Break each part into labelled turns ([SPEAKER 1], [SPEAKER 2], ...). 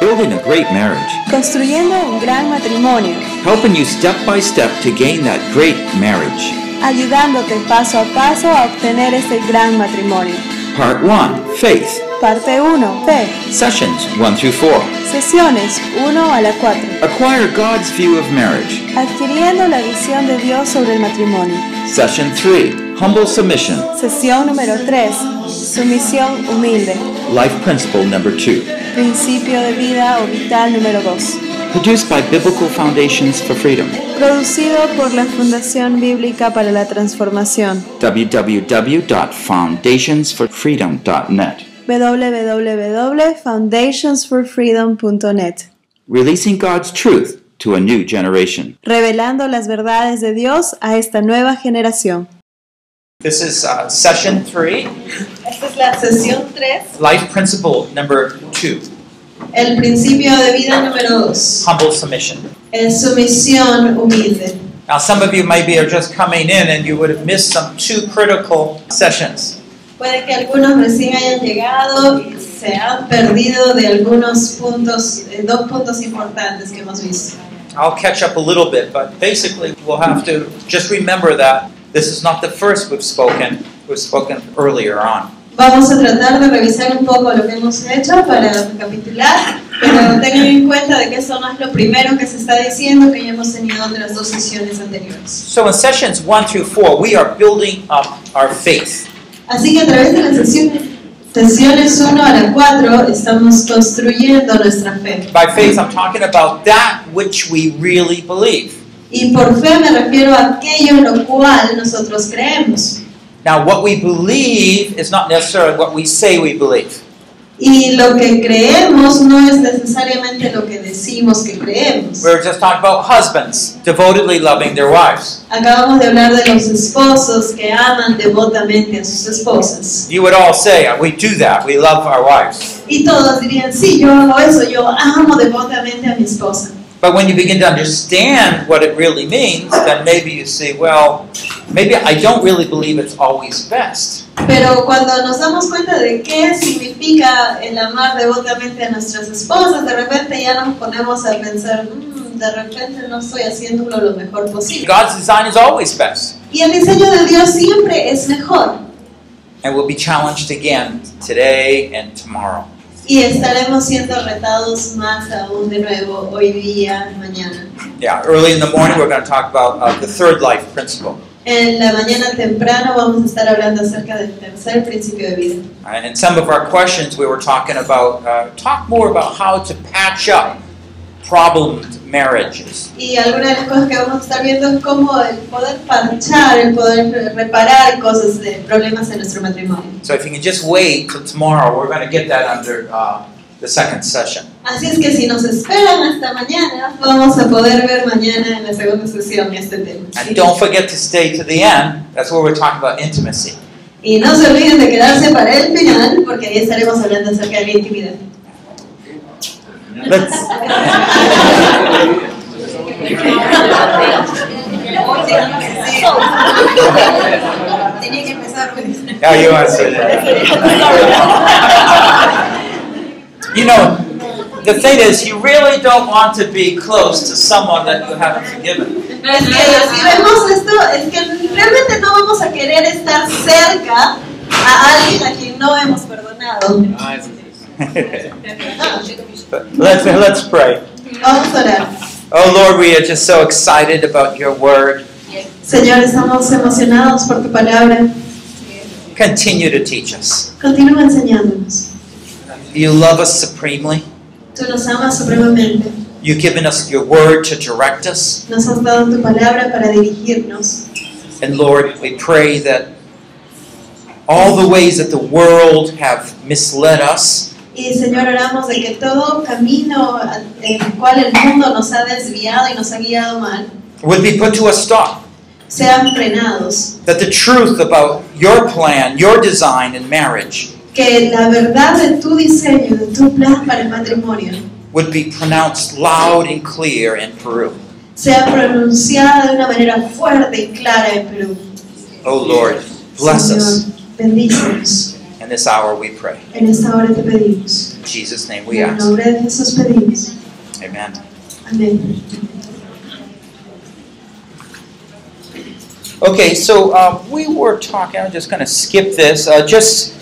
[SPEAKER 1] Building a great marriage.
[SPEAKER 2] Construyendo un gran matrimonio.
[SPEAKER 1] Helping you step by step to gain that great marriage.
[SPEAKER 2] Ayudándote paso a paso a obtener ese gran matrimonio.
[SPEAKER 1] Part 1 Faith.
[SPEAKER 2] Parte 1. Fe.
[SPEAKER 1] Sessions 1 through 4.
[SPEAKER 2] Sesiones 1 a la 4.
[SPEAKER 1] Acquire God's view of marriage.
[SPEAKER 2] Adquiriendo la visión de Dios sobre el matrimonio.
[SPEAKER 1] Session 3 Humble Submission.
[SPEAKER 2] Sesión número 3. Sumisión humilde.
[SPEAKER 1] Life Principle Number 2.
[SPEAKER 2] Principio de vida o vital número 2.
[SPEAKER 1] Produced by Biblical Foundations for Freedom.
[SPEAKER 2] Producido por la Fundación Bíblica para la Transformación.
[SPEAKER 1] www.foundationsforfreedom.net.
[SPEAKER 2] www.foundationsforfreedom.net.
[SPEAKER 1] Releasing God's truth to a new generation.
[SPEAKER 2] Revelando las verdades de Dios a esta nueva generación.
[SPEAKER 3] This is uh, session three,
[SPEAKER 4] Esta es la sesión 3,
[SPEAKER 3] life principle number two,
[SPEAKER 4] el principio de vida número 2,
[SPEAKER 3] humble submission.
[SPEAKER 4] el sumisión humilde.
[SPEAKER 3] Now, some of you maybe are just coming in and you would have missed some two critical sessions.
[SPEAKER 4] Puede que algunos recién hayan llegado y se han perdido de algunos puntos, eh, dos puntos importantes que hemos visto.
[SPEAKER 3] I'll catch up a little bit, but basically, we'll have to just remember that this is not the first we've spoken, we've spoken earlier on.
[SPEAKER 4] Vamos a tratar de revisar un poco lo que hemos hecho para recapitular, pero tengan en cuenta de que eso no es lo primero que se está diciendo que ya hemos tenido de las dos sesiones anteriores.
[SPEAKER 3] So, in sessions one through four, we are building up our faith.
[SPEAKER 4] Así que a través de las sesiones, sesiones 1 a la 4 estamos construyendo nuestra fe.
[SPEAKER 3] By faith, I'm talking about that which we really believe.
[SPEAKER 4] Y por fe me refiero a aquello en lo cual nosotros creemos.
[SPEAKER 3] Now, what we believe is not necessarily what we say we believe.
[SPEAKER 4] Y lo que creemos no es necesariamente lo que decimos que creemos.
[SPEAKER 3] We were just talking about husbands devotedly loving their wives.
[SPEAKER 4] Acabamos de hablar de los esposos que aman devotamente a sus esposas.
[SPEAKER 3] You would all say, "Uh, We do that, we love our wives.
[SPEAKER 4] Y todos dirían, sí, yo hago eso, yo amo devotamente a mi esposa.
[SPEAKER 3] But when you begin to understand what it really means, then maybe you see, Well, maybe I don't really believe it's always best.
[SPEAKER 4] Pero cuando nos damos cuenta de qué significa el amar devotamente a nuestras esposas, de repente ya nos ponemos a pensar, "Mm, de repente no estoy haciéndolo lo mejor posible.
[SPEAKER 3] God's design is always best.
[SPEAKER 4] Y el diseño de Dios siempre es mejor.
[SPEAKER 3] And we'll be challenged again today and tomorrow.
[SPEAKER 4] Y estaremos siendo retados más aún de nuevo hoy día, mañana.
[SPEAKER 3] Yeah, early in the morning, we're going to talk about uh, the third life principle.
[SPEAKER 4] En la mañana temprano vamos a estar hablando acerca del tercer principio de vida.
[SPEAKER 3] And in some of our questions, we were talking about, uh, talk more about how to patch up problem marriages.
[SPEAKER 4] Y alguna de las cosas que vamos a estar viendo es cómo el poder parchar, el poder reparar cosas, de problemas en nuestro matrimonio.
[SPEAKER 3] So if you can just wait till tomorrow, we're going to get that under uh, the second session.
[SPEAKER 4] Así es que si nos esperan hasta mañana, vamos a poder ver mañana en la segunda sesión este tema.
[SPEAKER 3] And don't forget to stay to the end. That's where we're talking about intimacy.
[SPEAKER 4] Y no se olviden de quedarse para el final, porque ahí estaremos hablando acerca de la intimidad.
[SPEAKER 3] Let's.
[SPEAKER 4] Tenía que empezar. pues.
[SPEAKER 3] How oh, you want to say You know, the thing is, you really don't want to be close to someone that you haven't forgiven.
[SPEAKER 4] Es que si vemos esto, es que realmente no vamos a querer estar cerca a alguien a quien no hemos perdonado.
[SPEAKER 3] let's, let's pray.
[SPEAKER 4] Vamos a orar.
[SPEAKER 3] Oh Lord, we are just so excited about your word.
[SPEAKER 4] Señor, estamos emocionados por tu palabra.
[SPEAKER 3] Continue to teach us.
[SPEAKER 4] Continúa enseñándonos.
[SPEAKER 3] You love us supremely.
[SPEAKER 4] Tú nos amas supremamente.
[SPEAKER 3] You've given us your word to direct us.
[SPEAKER 4] Nos has dado tu palabra para dirigirnos.
[SPEAKER 3] And Lord, we pray that all the ways that the world have misled us,
[SPEAKER 4] Y Señor, oramos de que todo camino en el cual el mundo nos ha desviado y nos ha guiado mal
[SPEAKER 3] would be put to a stop.
[SPEAKER 4] sean frenados.
[SPEAKER 3] That the truth about your plan, your design in marriage
[SPEAKER 4] Que la verdad de tu diseño, de tu plan para el matrimonio,
[SPEAKER 3] would be pronounced loud and clear in Peru.
[SPEAKER 4] sea pronunciada de una manera fuerte y clara en Perú.
[SPEAKER 3] Oh Lord, bless us
[SPEAKER 4] Señor, bendícenos
[SPEAKER 3] In this hour we pray.
[SPEAKER 4] En esta hora te pedimos.
[SPEAKER 3] In Jesus' name
[SPEAKER 4] En
[SPEAKER 3] we
[SPEAKER 4] el
[SPEAKER 3] ask.
[SPEAKER 4] nombre de Jesús pedimos.
[SPEAKER 3] Amen.
[SPEAKER 4] Amén.
[SPEAKER 3] Okay, so uh, we were talking, I'm just going to skip this. Uh, just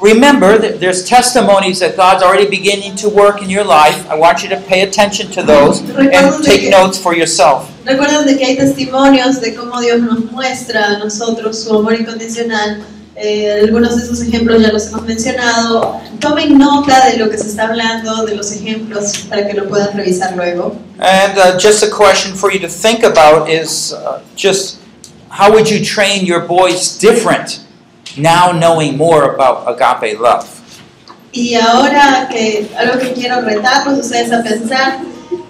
[SPEAKER 3] remember that there's testimonies that God's already beginning to work in your life. I want you to pay attention to those and
[SPEAKER 4] Recuerden de
[SPEAKER 3] take
[SPEAKER 4] que,
[SPEAKER 3] notes for yourself.
[SPEAKER 4] recuerden de que hay testimonios de cómo Dios nos muestra a nosotros su amor incondicional. Eh, algunos de esos ejemplos ya los hemos mencionado. Tomen nota de lo que se está hablando, de los ejemplos, para que lo puedan revisar luego.
[SPEAKER 3] And uh, just a question for you to think about is uh, just how would you train your boys different now knowing more about agape love?
[SPEAKER 4] Y ahora que algo que quiero retarlos ustedes a pensar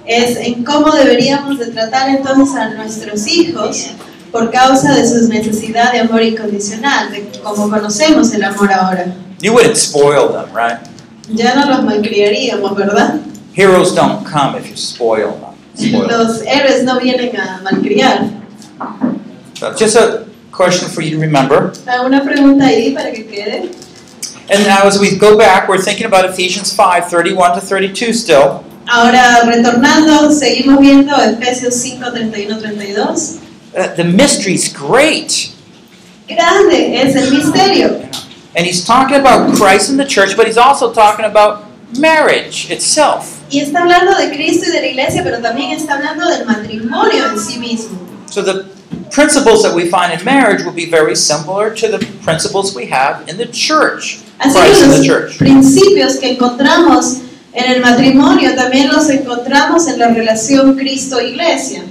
[SPEAKER 4] es en cómo deberíamos de tratar entonces a nuestros hijos por causa de su necesidad de amor incondicional, de como conocemos el amor ahora.
[SPEAKER 3] You wouldn't spoil them, right?
[SPEAKER 4] Ya no los malcriaríamos, ¿verdad?
[SPEAKER 3] Heroes don't come if you spoil them. Spoil them.
[SPEAKER 4] Los héroes no vienen a malcriar.
[SPEAKER 3] So just a question for you to remember.
[SPEAKER 4] Ah, Una pregunta ahí para que quede.
[SPEAKER 3] And now as we go back, we're thinking about Ephesians 5, 31 to 32 still.
[SPEAKER 4] Ahora retornando, seguimos viendo Efesios 5, 31, 32.
[SPEAKER 3] Uh, the mystery's great.
[SPEAKER 4] Grande es el misterio.
[SPEAKER 3] And he's talking about Christ and the church, but he's also talking about marriage itself.
[SPEAKER 4] Y está hablando de Cristo y de la iglesia, pero también está hablando del matrimonio en sí mismo.
[SPEAKER 3] So the principles that we find in marriage will be very similar to the principles we have in the church.
[SPEAKER 4] Así
[SPEAKER 3] Christ and the
[SPEAKER 4] que los
[SPEAKER 3] church.
[SPEAKER 4] principios que encontramos en el matrimonio también los encontramos en la relación Cristo-Iglesia.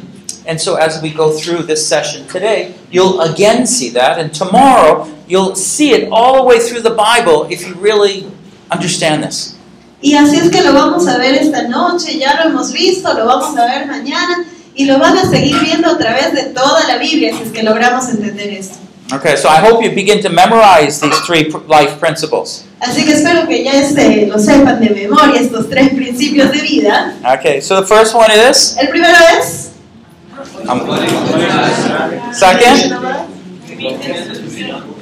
[SPEAKER 3] And so as we go through this session today, you'll again see that. And tomorrow, you'll see it all the way through the Bible if you really understand this.
[SPEAKER 4] Y así es que lo vamos a ver esta noche, ya lo hemos visto, lo vamos a ver mañana y lo van a seguir viendo a través de toda la Biblia si es que logramos entender esto.
[SPEAKER 3] Okay, so I hope you begin to memorize these three pr- life principles.
[SPEAKER 4] Así que espero que ya este, lo sepan de memoria estos tres principios de vida.
[SPEAKER 3] Okay, so the first one is
[SPEAKER 4] El primero es...
[SPEAKER 3] second,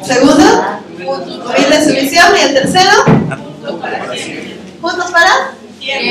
[SPEAKER 4] Segundo, humilde sumisión. Y el tercero, juntos para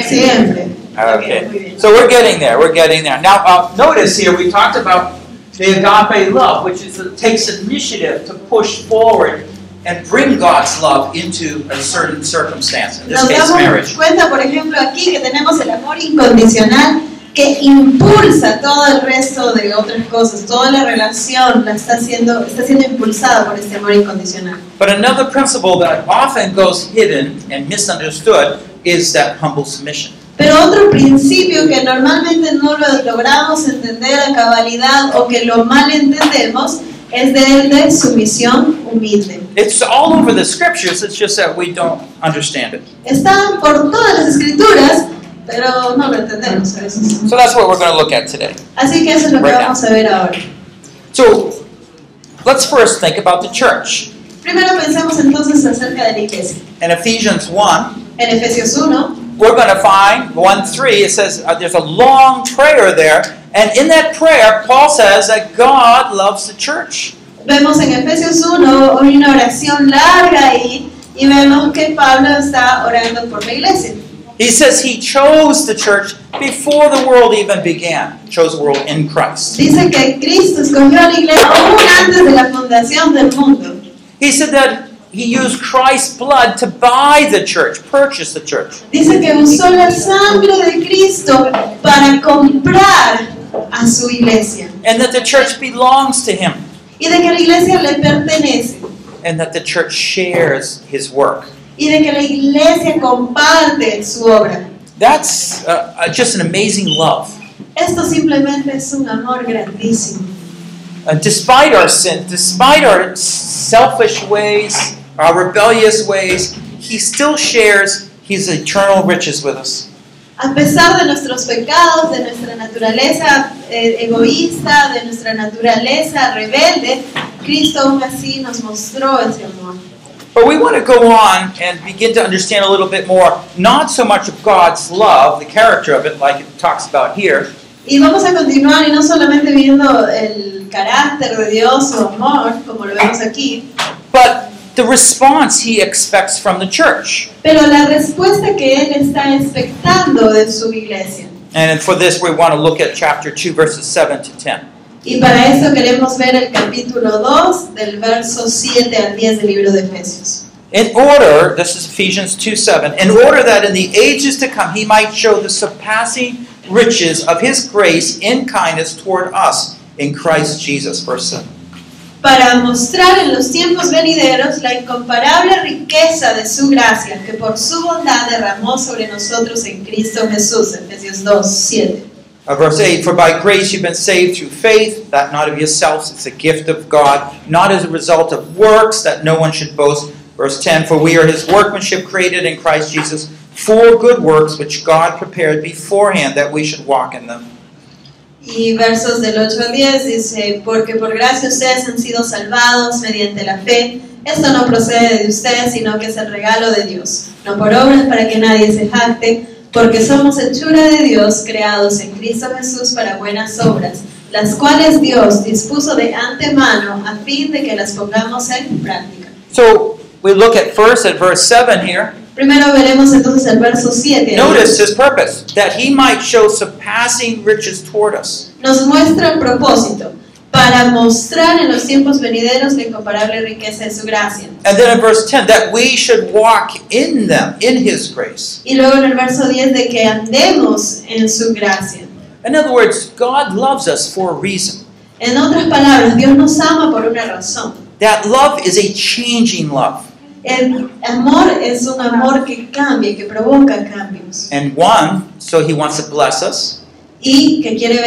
[SPEAKER 4] siempre.
[SPEAKER 3] Okay. So we're getting there. We're getting there. Now, uh, notice here we talked about the agape love, which is it takes initiative to push forward and bring God's love into a certain circumstance. In this
[SPEAKER 4] Nos
[SPEAKER 3] case,
[SPEAKER 4] damos
[SPEAKER 3] marriage.
[SPEAKER 4] cuenta, por ejemplo, aquí que tenemos el amor incondicional que impulsa todo el resto de otras cosas, toda la relación la está siendo, está siendo impulsada por este amor incondicional.
[SPEAKER 3] But another principle that often goes hidden and misunderstood is that humble submission.
[SPEAKER 4] Pero otro principio que normalmente no lo logramos entender a cabalidad o que lo mal entendemos es del de sumisión humilde.
[SPEAKER 3] It's all over the scriptures, it's just that we don't understand it.
[SPEAKER 4] Está por todas las escrituras, pero no lo entendemos a veces.
[SPEAKER 3] So that's what we're going to look at today.
[SPEAKER 4] Así que eso es lo que
[SPEAKER 3] Right now.
[SPEAKER 4] vamos a ver ahora.
[SPEAKER 3] So let's first think about the church.
[SPEAKER 4] Primero pensemos entonces acerca de la iglesia.
[SPEAKER 3] In Ephesians 1,
[SPEAKER 4] En Efesios 1,
[SPEAKER 3] we're going to find 1 3, it says uh, there's a long prayer there. And in that prayer, Paul says that God loves the church.
[SPEAKER 4] vemos en Efesios 1 una oración larga y, y vemos que Pablo está orando por la iglesia.
[SPEAKER 3] He says he chose the church before the world even began, chose the world in Christ.
[SPEAKER 4] Dice que Cristo escogió a la iglesia aún antes de la fundación del mundo.
[SPEAKER 3] He said that he used Christ's blood to buy the church, purchase the church.
[SPEAKER 4] Dice que usó la sangre de Cristo para comprar a su iglesia
[SPEAKER 3] and that the church belongs to him
[SPEAKER 4] y de que la iglesia le pertenece.
[SPEAKER 3] and that the church shares his work
[SPEAKER 4] y de que la iglesia comparte su obra.
[SPEAKER 3] that's uh, uh, just an amazing love
[SPEAKER 4] Esto simplemente es un amor grandísimo.
[SPEAKER 3] Uh, despite our sin despite our selfish ways our rebellious ways he still shares his eternal riches with us
[SPEAKER 4] A pesar de nuestros pecados, de nuestra naturaleza eh, egoísta, de nuestra naturaleza rebelde, Cristo aún así nos mostró ese amor.
[SPEAKER 3] but we want to go on and begin to understand a little bit more not so much of god's love the character of it like it talks about here
[SPEAKER 4] Y vamos a continuar y no solamente viendo el carácter de Dios, su amor, como lo vemos aquí,
[SPEAKER 3] but the response he expects from the church.
[SPEAKER 4] pero la respuesta que él está expectando de su iglesia.
[SPEAKER 3] And for this, we want to look at chapter 2, verses 7 to 10.
[SPEAKER 4] Y para eso queremos ver el capítulo 2 del verso 7 al 10 del libro de Efesios.
[SPEAKER 3] In order, this is Ephesians 2 7, in order that in the ages to come he might show the surpassing riches of his grace in kindness toward us in Christ Jesus. Verse 7.
[SPEAKER 4] Para mostrar en los tiempos venideros la incomparable riqueza de su gracia que por su bondad derramó sobre nosotros en Cristo Jesús. Efesios 2, 7.
[SPEAKER 3] Uh, verse 8 For by grace you've been saved through faith, that not of yourselves, it's a gift of God, not as a result of works, that no one should boast. Verse 10 For we are his workmanship created in Christ Jesus for good works, which God prepared beforehand that we should walk in them.
[SPEAKER 4] Y versos del 8 al 10 dice, porque por gracia ustedes han sido salvados mediante la fe. Esto no procede de ustedes, sino que es el regalo de Dios. No por obras para que nadie se jacte, porque somos hechura de Dios, creados en Cristo Jesús para buenas obras, las cuales Dios dispuso de antemano a fin de que las pongamos en práctica.
[SPEAKER 3] So we look at first at verse 7 here.
[SPEAKER 4] Primero veremos entonces el verso 7.
[SPEAKER 3] Notice his purpose that he might show surpassing riches toward us.
[SPEAKER 4] nos muestra el propósito para mostrar en los tiempos venideros la incomparable riqueza de su gracia.
[SPEAKER 3] And then in verse 10, that we should walk in them, in his grace.
[SPEAKER 4] Y luego en el verso 10 de que andemos en su gracia.
[SPEAKER 3] In other words, God loves us for a reason.
[SPEAKER 4] En otras palabras, Dios nos ama por una razón.
[SPEAKER 3] That love is a changing love.
[SPEAKER 4] El amor es un amor que cambia, que provoca cambios
[SPEAKER 3] And one, so he wants to bless us.
[SPEAKER 4] y que quiere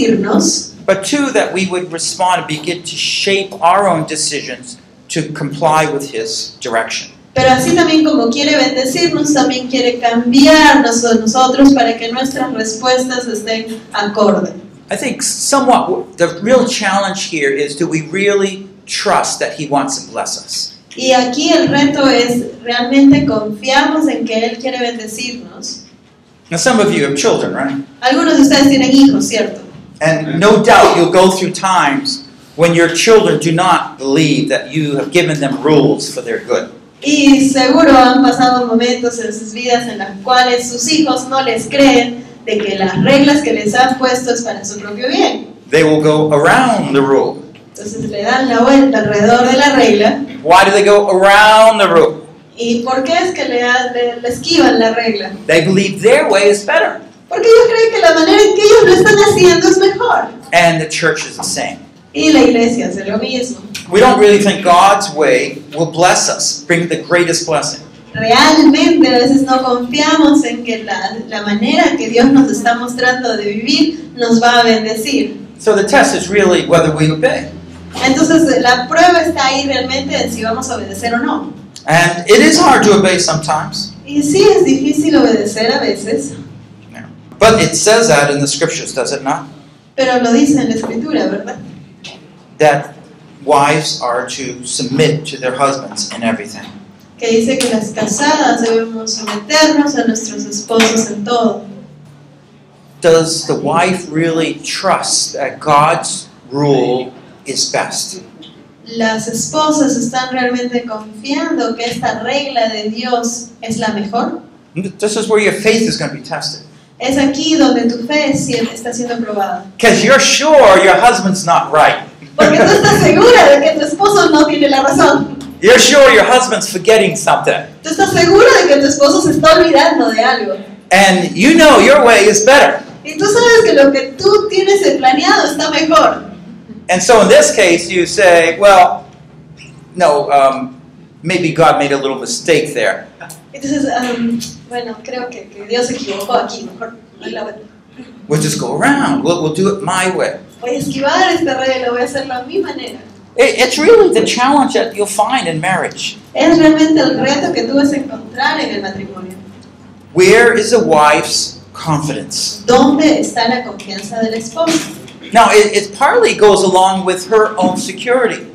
[SPEAKER 4] bendecirnos,
[SPEAKER 3] But two, that we would respond and begin to shape our own decisions to comply with his direction.
[SPEAKER 4] pero así también como quiere bendecirnos, también quiere cambiarnos a nosotros para que nuestras respuestas estén acorde.
[SPEAKER 3] I think somewhat the real challenge here is do we really trust that he wants to bless us?
[SPEAKER 4] Y aquí el reto es, ¿realmente confiamos en que Él quiere bendecirnos?
[SPEAKER 3] Now, some of you have children, right?
[SPEAKER 4] Algunos de ustedes tienen hijos, ¿cierto?
[SPEAKER 3] And no doubt you'll go through times when your children do not believe that you have given them rules for their good.
[SPEAKER 4] Y seguro han pasado momentos en sus vidas en las cuales sus hijos no les creen de que las reglas que les han puesto es para su propio bien.
[SPEAKER 3] They will go around the rule.
[SPEAKER 4] Entonces le dan la vuelta alrededor de la regla.
[SPEAKER 3] Why do they go around the rule?
[SPEAKER 4] ¿Y por qué es que le, ha- le- le esquivan la regla?
[SPEAKER 3] They believe their way is better.
[SPEAKER 4] Porque ellos creen que la manera en que ellos lo están haciendo es mejor.
[SPEAKER 3] And the church is the same.
[SPEAKER 4] Y la iglesia hace lo mismo.
[SPEAKER 3] We don't really think God's way will bless us, bring the greatest blessing.
[SPEAKER 4] Realmente a veces no confiamos en que la, la manera que Dios nos está mostrando de vivir nos va a bendecir.
[SPEAKER 3] So the test is really whether we obey.
[SPEAKER 4] Entonces la prueba está ahí realmente de si vamos a obedecer o no.
[SPEAKER 3] And it is hard to obey sometimes,
[SPEAKER 4] Y sí, es difícil obedecer a veces,
[SPEAKER 3] but it says that in the scriptures, does it not?
[SPEAKER 4] pero lo dice en la escritura, ¿verdad?
[SPEAKER 3] That wives are to submit to their husbands in everything.
[SPEAKER 4] Que dice que las casadas debemos someternos a nuestros esposos en todo.
[SPEAKER 3] Does the wife really trust that God's rule is best?
[SPEAKER 4] Las esposas están realmente confiando que esta regla de Dios es la mejor.
[SPEAKER 3] This is where your faith is going to be tested.
[SPEAKER 4] Es aquí donde tu fe sí está siendo probada.
[SPEAKER 3] Because you're sure your husband's not right.
[SPEAKER 4] Porque tú estás segura de que tu esposo no tiene la razón.
[SPEAKER 3] You're sure your husband's forgetting something.
[SPEAKER 4] Tú estás segura de que tu esposo se está olvidando de algo.
[SPEAKER 3] And you know your way is better.
[SPEAKER 4] Y tú sabes que lo que tú tienes planeado está mejor.
[SPEAKER 3] And so in this case, you say, well, no, um, maybe God made a little mistake there.
[SPEAKER 4] Entonces, am, bueno, creo que, que Dios se equivocó aquí. Mejor doy la vuelta.
[SPEAKER 3] We'll just go around. We'll, we'll do it my way.
[SPEAKER 4] voy a esquivar esta regla, voy a hacerlo a mi manera.
[SPEAKER 3] It, it's really the challenge that you'll find in marriage.
[SPEAKER 4] Es realmente el reto que tú vas a encontrar en el matrimonio.
[SPEAKER 3] Where is the wife's confidence?
[SPEAKER 4] ¿Dónde está la confianza del esposo?
[SPEAKER 3] Now, it, it partly goes along with her own security.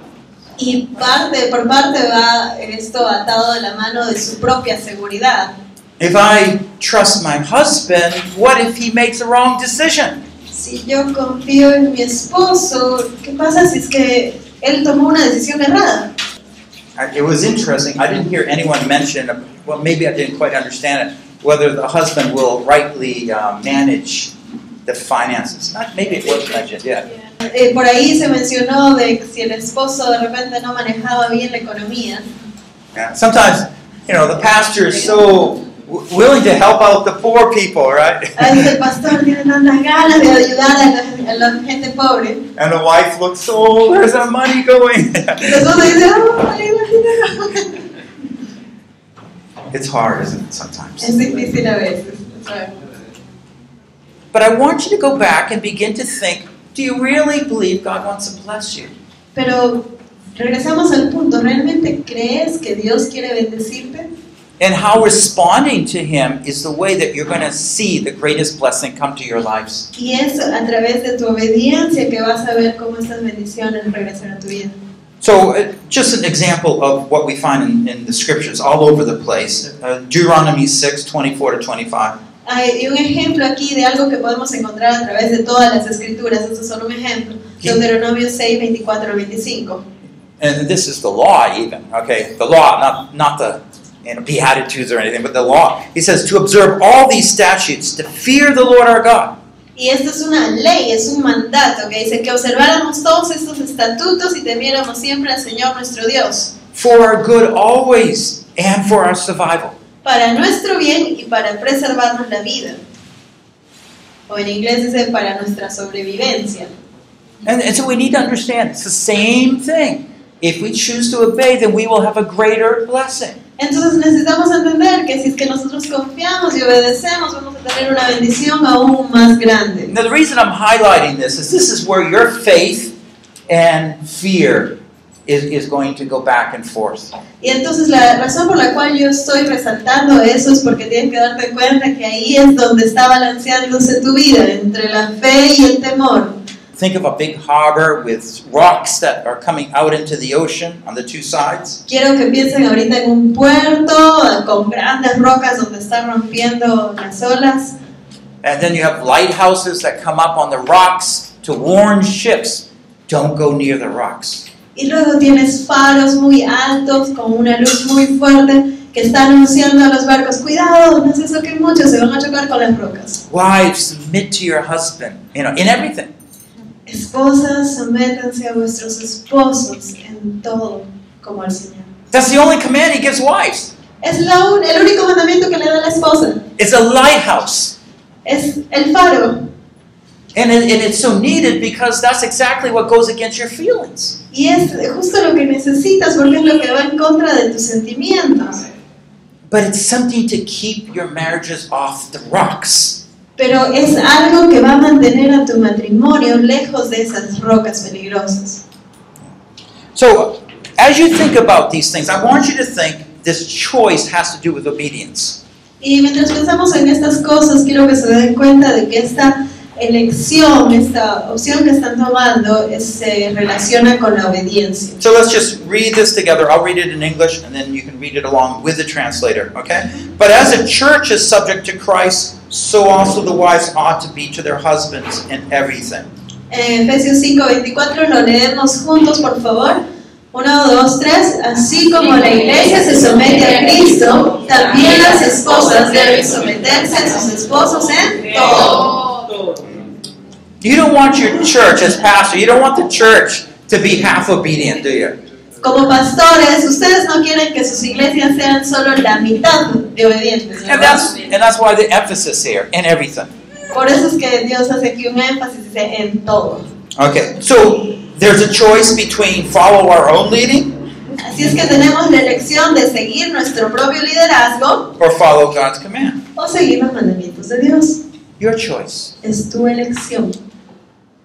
[SPEAKER 4] Y parte, por parte va esto atado de la mano de su propia seguridad.
[SPEAKER 3] If I trust my husband, what if he makes a wrong decision?
[SPEAKER 4] Si yo confío en mi esposo, ¿qué pasa si es que él tomó una decisión errada?
[SPEAKER 3] I- it was interesting. I didn't hear anyone mention, well, maybe I didn't quite understand it, whether the husband will rightly uh, manage the finances. Not, maybe it was mentioned, yeah.
[SPEAKER 4] Eh, por ahí se mencionó de que si el esposo de repente no manejaba bien la economía.
[SPEAKER 3] yeah. Sometimes, you know, the pastor is so w- willing to help out the poor people, right?
[SPEAKER 4] A veces el pastor tiene tantas ganas de ayudar a la, a la gente pobre.
[SPEAKER 3] and the wife looks, oh, where's our money going?
[SPEAKER 4] Y el esposo dice, "Ah, vale, imagina".
[SPEAKER 3] it's hard, isn't it, sometimes?
[SPEAKER 4] Es difícil a veces. o sea.
[SPEAKER 3] But I want you to go back and begin to think do you really believe God wants to bless you?
[SPEAKER 4] Pero regresamos al punto, ¿realmente crees que Dios quiere bendecirte?
[SPEAKER 3] And how responding to Him is the way that you're going to see the greatest blessing come to your lives.
[SPEAKER 4] Y es a través de tu obediencia que vas a ver cómo estas bendiciones regresan a tu vida.
[SPEAKER 3] So, uh, just an example of what we find in, in the scriptures all over the place uh, Deuteronomy 6 24 to 25.
[SPEAKER 4] Hay y un ejemplo aquí de algo que podemos encontrar a través de todas las escrituras, esto es solo un ejemplo.
[SPEAKER 3] Sí.
[SPEAKER 4] Deuteronomio 6, 24 al 25.
[SPEAKER 3] And this is the law, even, okay? The law, not, not the you know, Beatitudes or anything, but the law. He says, to observe all these statutes, to fear the Lord our God.
[SPEAKER 4] Y esto es una ley, es un mandato que dice que observáramos todos estos estatutos y temiéramos siempre al Señor nuestro Dios,
[SPEAKER 3] for our good always and for our survival.
[SPEAKER 4] para nuestro bien y para preservarnos la vida. O en inglés dice para nuestra sobrevivencia.
[SPEAKER 3] And, and so we need to understand it's the same thing. If we choose to obey, then we will have a greater blessing.
[SPEAKER 4] Entonces necesitamos entender que si es que nosotros confiamos y obedecemos, vamos a tener una bendición aún más grande.
[SPEAKER 3] Now, the reason I'm highlighting this is this is where your faith and fear is, is going to go back and forth.
[SPEAKER 4] Y entonces la razón por la cual yo estoy resaltando eso es porque tienes que darte cuenta que ahí es donde está balanceándose tu vida, entre la fe y el temor.
[SPEAKER 3] Think of a big harbor with rocks that are coming out into the ocean on the two sides.
[SPEAKER 4] Quiero que piensen ahorita en un puerto con grandes rocas donde están rompiendo las olas.
[SPEAKER 3] And then you have lighthouses that come up on the rocks to warn ships don't go near the rocks.
[SPEAKER 4] Y luego tienes faros muy altos con una luz muy fuerte que está anunciando a los barcos, cuidado, no se acerquen mucho, se van a chocar con las rocas.
[SPEAKER 3] Wives, submit to your husband, you know, in everything.
[SPEAKER 4] Esposas, sométanse a vuestros esposos en todo como al Señor.
[SPEAKER 3] That's the only command he gives wives.
[SPEAKER 4] Es la un- el único mandamiento que le da la esposa.
[SPEAKER 3] It's a lighthouse.
[SPEAKER 4] Es el faro.
[SPEAKER 3] And, it, and it's so needed because that's exactly what goes against your feelings.
[SPEAKER 4] Y es justo lo que necesitas porque es lo que va en contra de tus sentimientos.
[SPEAKER 3] But it's something to keep your marriages off the rocks.
[SPEAKER 4] Pero es algo que va a mantener a tu matrimonio lejos de esas rocas peligrosas.
[SPEAKER 3] So, as you think about these things, I want you to think this choice has to do with obedience.
[SPEAKER 4] Y mientras pensamos en estas cosas, quiero que se den cuenta de que esta elección, esta opción que están tomando, es- se relaciona con la obediencia.
[SPEAKER 3] So, let's just read this together. I'll read it in English and then you can read it along with the translator, okay? But as a church is subject to Christ, so also the wives ought to be to their husbands in everything.
[SPEAKER 4] En Eh, Efesios 5, 24 lo leemos juntos, por favor. 1, 2, 3. Así como la iglesia se somete a Cristo, también las esposas deben someterse a sus esposos en todo.
[SPEAKER 3] You don't want your church as pastor, you don't want the church to be half obedient, do you?
[SPEAKER 4] Como pastores, ustedes no quieren que sus iglesias sean solo la mitad de obedientes.
[SPEAKER 3] And
[SPEAKER 4] ¿verdad?
[SPEAKER 3] that's and that's why the emphasis here in everything.
[SPEAKER 4] Por eso es que Dios hace aquí un énfasis dice, en todo.
[SPEAKER 3] Okay. So there's a choice between follow our own leading
[SPEAKER 4] Así es que tenemos la elección de seguir nuestro propio liderazgo
[SPEAKER 3] or follow God's command.
[SPEAKER 4] o seguir los mandamientos de Dios.
[SPEAKER 3] Your choice.
[SPEAKER 4] Es tu elección.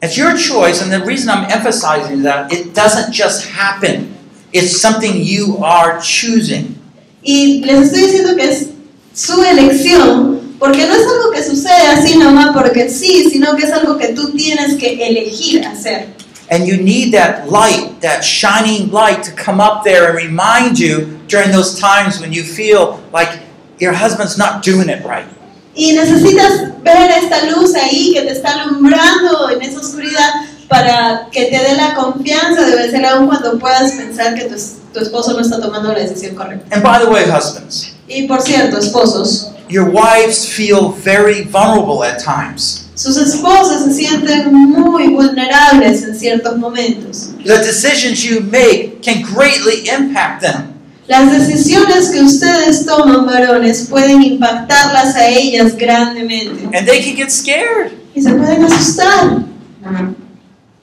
[SPEAKER 3] It's your choice, and the reason I'm emphasizing that it doesn't just happen. It's something you are choosing.
[SPEAKER 4] Y les estoy diciendo que es su elección, porque no es algo que sucede así nomás porque sí, sino que es algo que tú tienes que elegir hacer.
[SPEAKER 3] And you need that light, that shining light to come up there and remind you during those times when you feel like your husband's not doing it right.
[SPEAKER 4] Y necesitas ver esta luz ahí que te está alumbrando en esa oscuridad para que te dé la confianza de vencer aún cuando puedas pensar que tu, es- tu esposo no está tomando la decisión correcta.
[SPEAKER 3] And by the way, husbands,
[SPEAKER 4] Y por cierto, esposos,
[SPEAKER 3] your wives feel very vulnerable at times.
[SPEAKER 4] sus esposas se sienten muy vulnerables en ciertos momentos.
[SPEAKER 3] The decisions you make can greatly impact them.
[SPEAKER 4] Las decisiones que ustedes toman, varones, pueden impactarlas a ellas grandemente.
[SPEAKER 3] And they can get scared.
[SPEAKER 4] Y se pueden asustar.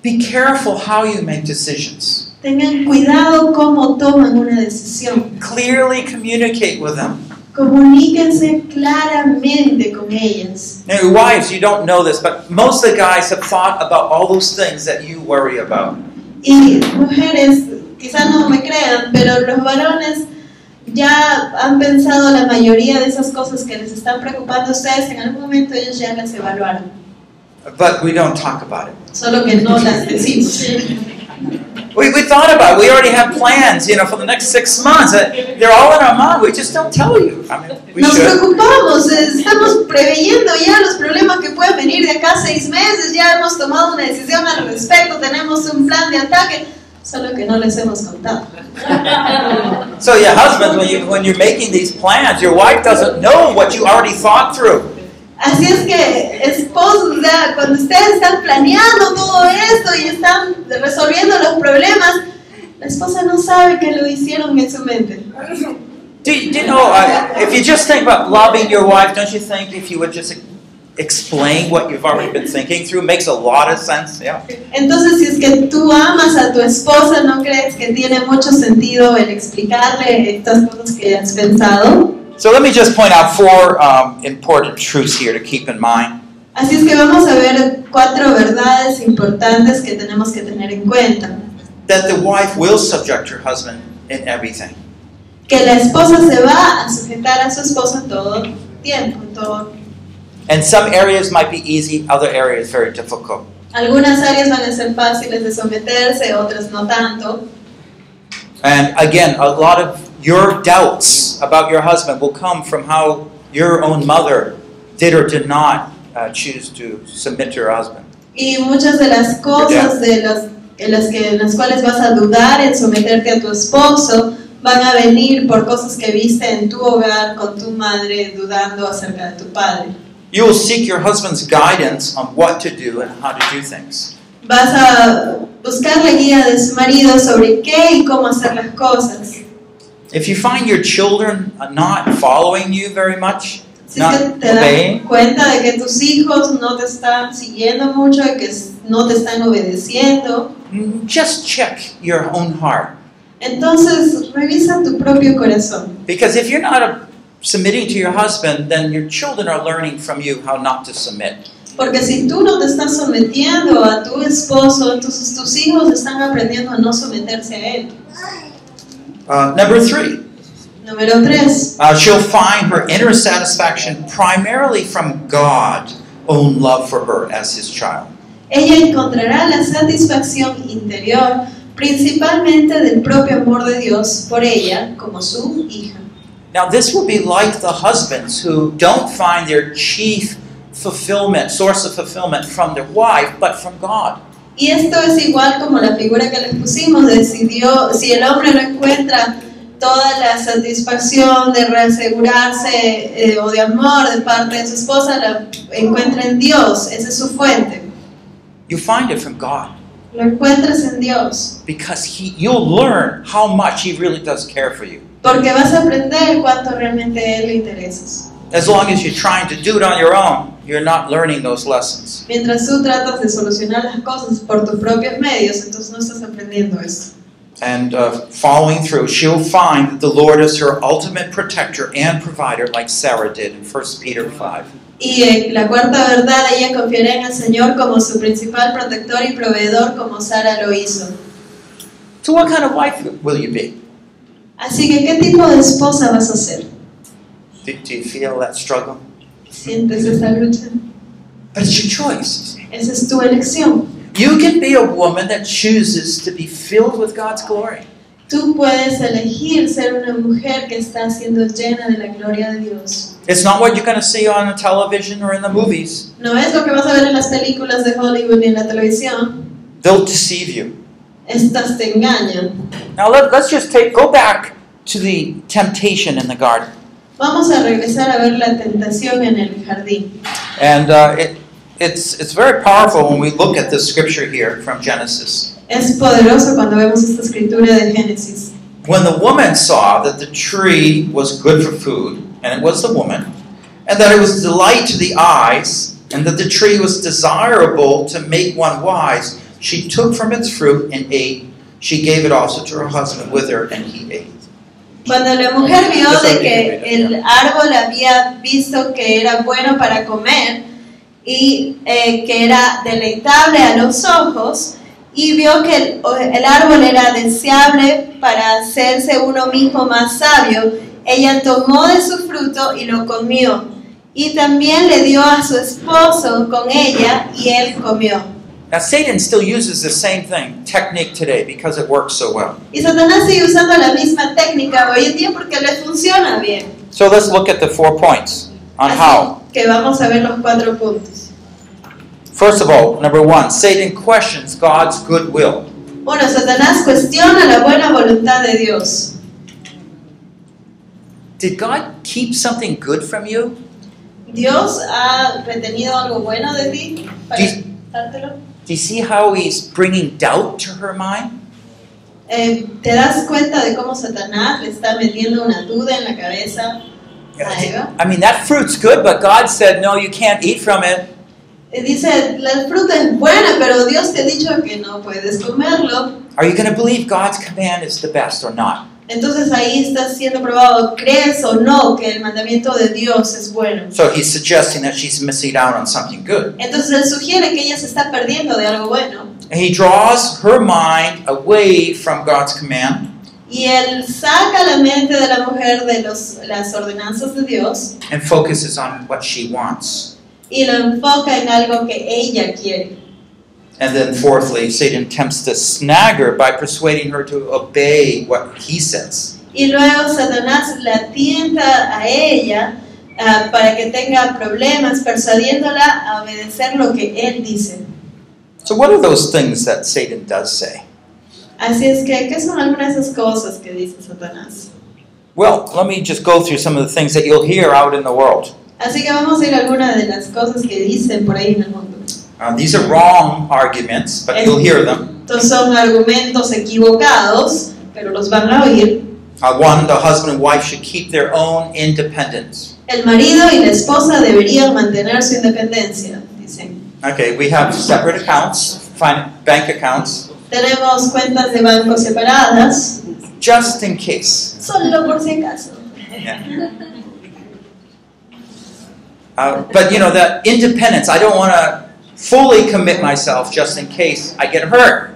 [SPEAKER 3] Be careful how you make decisions.
[SPEAKER 4] Tengan cuidado cómo toman una decisión.
[SPEAKER 3] Clearly communicate with them.
[SPEAKER 4] Comuníquense claramente con ellas.
[SPEAKER 3] Now, your wives, you don't know this, but most of the guys have thought about all those things that you worry about.
[SPEAKER 4] Y mujeres, quizás no me crean, pero los varones ya han pensado la mayoría de esas cosas que les están preocupando a ustedes. En algún momento ellos ya las evaluaron,
[SPEAKER 3] But we don't talk about it.
[SPEAKER 4] solo que no las decimos.
[SPEAKER 3] We, we thought about it. We already have plans, you know, for the next six months. Uh, They're all in our mind. We just don't tell you. I mean, we
[SPEAKER 4] Nos
[SPEAKER 3] should.
[SPEAKER 4] preocupamos, eh, estamos preveyendo ya los problemas que pueden venir de acá a seis meses, ya hemos tomado una decisión al respecto, tenemos un plan de ataque, solo que no les hemos contado.
[SPEAKER 3] So your husbands, when you when you're making these plans, your wife doesn't know what you already thought through.
[SPEAKER 4] Así es que, esposos, o sea, cuando ustedes están planeando todo esto y están resolviendo los problemas, la esposa no sabe que lo hicieron en su mente.
[SPEAKER 3] Do you, do you know? Uh, if you just think about loving your wife, don't you think if you would just explain what you've already been thinking through makes a lot of sense? Yeah.
[SPEAKER 4] Entonces, si es que tú amas a tu esposa, ¿no crees que tiene mucho sentido el explicarle estas cosas que has pensado?
[SPEAKER 3] So let me just point out four um, important truths here to keep in mind.
[SPEAKER 4] Así es que vamos a ver cuatro verdades importantes que tenemos que tener en cuenta.
[SPEAKER 3] That the wife will subject her husband in everything.
[SPEAKER 4] Que la esposa se va a sujetar a su esposo en todo tiempo, en todo.
[SPEAKER 3] And some areas might be easy, other areas very difficult.
[SPEAKER 4] Algunas áreas van a ser fáciles de someterse, otras no tanto.
[SPEAKER 3] And again, a lot of your doubts about your husband will come from how your own mother did or did not uh, choose to submit to her husband.
[SPEAKER 4] Y muchas de las cosas de las, en, las que, en las cuales vas a dudar en someterte a tu esposo van a venir por cosas que viste en tu hogar con tu madre dudando acerca de tu padre.
[SPEAKER 3] You will seek your husband's guidance on what to do and how to do things.
[SPEAKER 4] Vas a buscar la guía de su marido sobre qué y cómo hacer las cosas.
[SPEAKER 3] If you find your children are not following you very much,
[SPEAKER 4] Si es que te
[SPEAKER 3] obeying,
[SPEAKER 4] das cuenta de que tus hijos no te están siguiendo mucho, de que s- no te están obedeciendo,
[SPEAKER 3] just check your own heart.
[SPEAKER 4] entonces revisa tu propio corazón.
[SPEAKER 3] Because if you're not uh, submitting to your husband, then your children are learning from you how not to submit.
[SPEAKER 4] Porque si tú no te estás sometiendo a tu esposo, entonces tus hijos están aprendiendo a no someterse a él.
[SPEAKER 3] Uh, number three.
[SPEAKER 4] Número tres,
[SPEAKER 3] Uh, she'll find her inner satisfaction primarily from God's own love for her as his child.
[SPEAKER 4] ella encontrará la satisfacción interior principalmente del propio amor de Dios por ella como su hija.
[SPEAKER 3] Now, this will be like the husbands who don't find their chief fulfillment, source of fulfillment from their wife, but from God.
[SPEAKER 4] Y esto es igual como la figura que les pusimos, de si, Dios- si el hombre no encuentra toda la satisfacción de reasegurarse eh, o de amor de parte de su esposa, la encuentra en Dios, esa es su fuente.
[SPEAKER 3] You find it from God
[SPEAKER 4] Lo encuentras en Dios,
[SPEAKER 3] because he, you'll learn how much he really does care for you.
[SPEAKER 4] porque vas a aprender cuánto realmente a Él le interesas.
[SPEAKER 3] As long as you're trying to do it on your own, you're not learning those lessons.
[SPEAKER 4] Mientras tú tratas de solucionar las cosas por tus propios medios, entonces no estás aprendiendo esto.
[SPEAKER 3] and uh, following through, she'll find that the Lord is her ultimate protector and provider, like Sarah did in 1 Peter 5.
[SPEAKER 4] Y eh, la cuarta verdad, ella confiará en el Señor como su principal protector y proveedor, como Sara lo hizo.
[SPEAKER 3] So, what kind of wife will you be?
[SPEAKER 4] Así que, ¿qué tipo de esposa vas a ser?
[SPEAKER 3] Do, do you feel that struggle?
[SPEAKER 4] ¿Sientes esa lucha?
[SPEAKER 3] But it's your choice.
[SPEAKER 4] Esa es tu elección.
[SPEAKER 3] You can be a woman that chooses to be filled with God's glory.
[SPEAKER 4] Tú puedes elegir ser una mujer que está siendo llena de la gloria de Dios.
[SPEAKER 3] It's not what you're going to see on the television or in the movies.
[SPEAKER 4] No es lo que vas a ver en las películas de Hollywood ni en la televisión.
[SPEAKER 3] They'll deceive you.
[SPEAKER 4] Estas te engañan.
[SPEAKER 3] Now let, let's just take go back to the temptation in the garden.
[SPEAKER 4] Vamos a regresar a ver la tentación en el jardín.
[SPEAKER 3] And uh, it, it's, it's very powerful when we look at this scripture here from Genesis.
[SPEAKER 4] Es poderoso cuando vemos esta escritura de Génesis.
[SPEAKER 3] When the woman saw that the tree was good for food, and it was the woman, and that it was delight to the eyes, and that the tree was desirable to make one wise, she took from its fruit and ate. She gave it also to her husband with her, and he ate.
[SPEAKER 4] Cuando la mujer vio de que el árbol había visto que era bueno para comer y eh, que era deleitable a los ojos, y vio que el, o- el árbol era deseable para hacerse uno mismo más sabio, ella tomó de su fruto y lo comió. Y también le dio a su esposo con ella y él comió.
[SPEAKER 3] Now, Satan still uses the same thing, technique today, because it works so well.
[SPEAKER 4] Y Satanás sigue usando la misma técnica hoy en día porque le funciona bien.
[SPEAKER 3] So let's look at the four points on
[SPEAKER 4] Así
[SPEAKER 3] how.
[SPEAKER 4] que vamos a ver los cuatro puntos.
[SPEAKER 3] First of all, number one, Satan questions God's goodwill.
[SPEAKER 4] Uno, Satanás cuestiona la buena voluntad de Dios.
[SPEAKER 3] Did God keep something good from you?
[SPEAKER 4] ¿Dios ha retenido algo bueno de ti para
[SPEAKER 3] Dice-
[SPEAKER 4] dártelo?
[SPEAKER 3] Do you see how he's bringing doubt to her mind?
[SPEAKER 4] Eh, ¿Te das cuenta de cómo Satanás le está metiendo una duda en la cabeza a Eva?
[SPEAKER 3] I mean, that fruit's good, but God said, no, you can't eat from it.
[SPEAKER 4] Y Eh, dice, la fruta es buena, pero Dios te ha dicho que no puedes comerlo.
[SPEAKER 3] Are you going to believe God's command is the best or not?
[SPEAKER 4] Entonces ahí está siendo probado, ¿crees o no que el mandamiento de Dios es bueno?
[SPEAKER 3] So he's suggesting that she's missing out on something good.
[SPEAKER 4] Entonces él sugiere que ella se está perdiendo de algo bueno.
[SPEAKER 3] And he draws her mind away from God's command
[SPEAKER 4] Y él saca la mente de la mujer de los, las ordenanzas de Dios
[SPEAKER 3] and focuses on what she wants.
[SPEAKER 4] y lo enfoca en algo que ella quiere.
[SPEAKER 3] And then, fourthly, Satan attempts to snag her by persuading her to obey what he says.
[SPEAKER 4] Y luego Satanás la tienta a ella ah, para que tenga problemas, persuadiéndola a obedecer lo que él dice.
[SPEAKER 3] So, what are those things that Satan does say?
[SPEAKER 4] Así es que, ¿qué son algunas de esas cosas que dice Satanás?
[SPEAKER 3] Well, let me just go through some of the things that you'll hear out in the world.
[SPEAKER 4] Así que vamos a ir a algunas de las cosas que dicen por ahí en el mundo.
[SPEAKER 3] Uh, these are wrong arguments, but you'll hear them.
[SPEAKER 4] Estos son argumentos equivocados, pero los van a oír.
[SPEAKER 3] Uh, one, the husband and wife should keep their own independence.
[SPEAKER 4] El marido y la esposa deberían mantener su independencia, dicen.
[SPEAKER 3] Okay, we have separate accounts, fin- bank accounts,
[SPEAKER 4] Tenemos cuentas de banco separadas.
[SPEAKER 3] just in case.
[SPEAKER 4] Solo por si acaso.
[SPEAKER 3] Uh, but you know, that independence, I don't want to fully commit myself just in case I get hurt.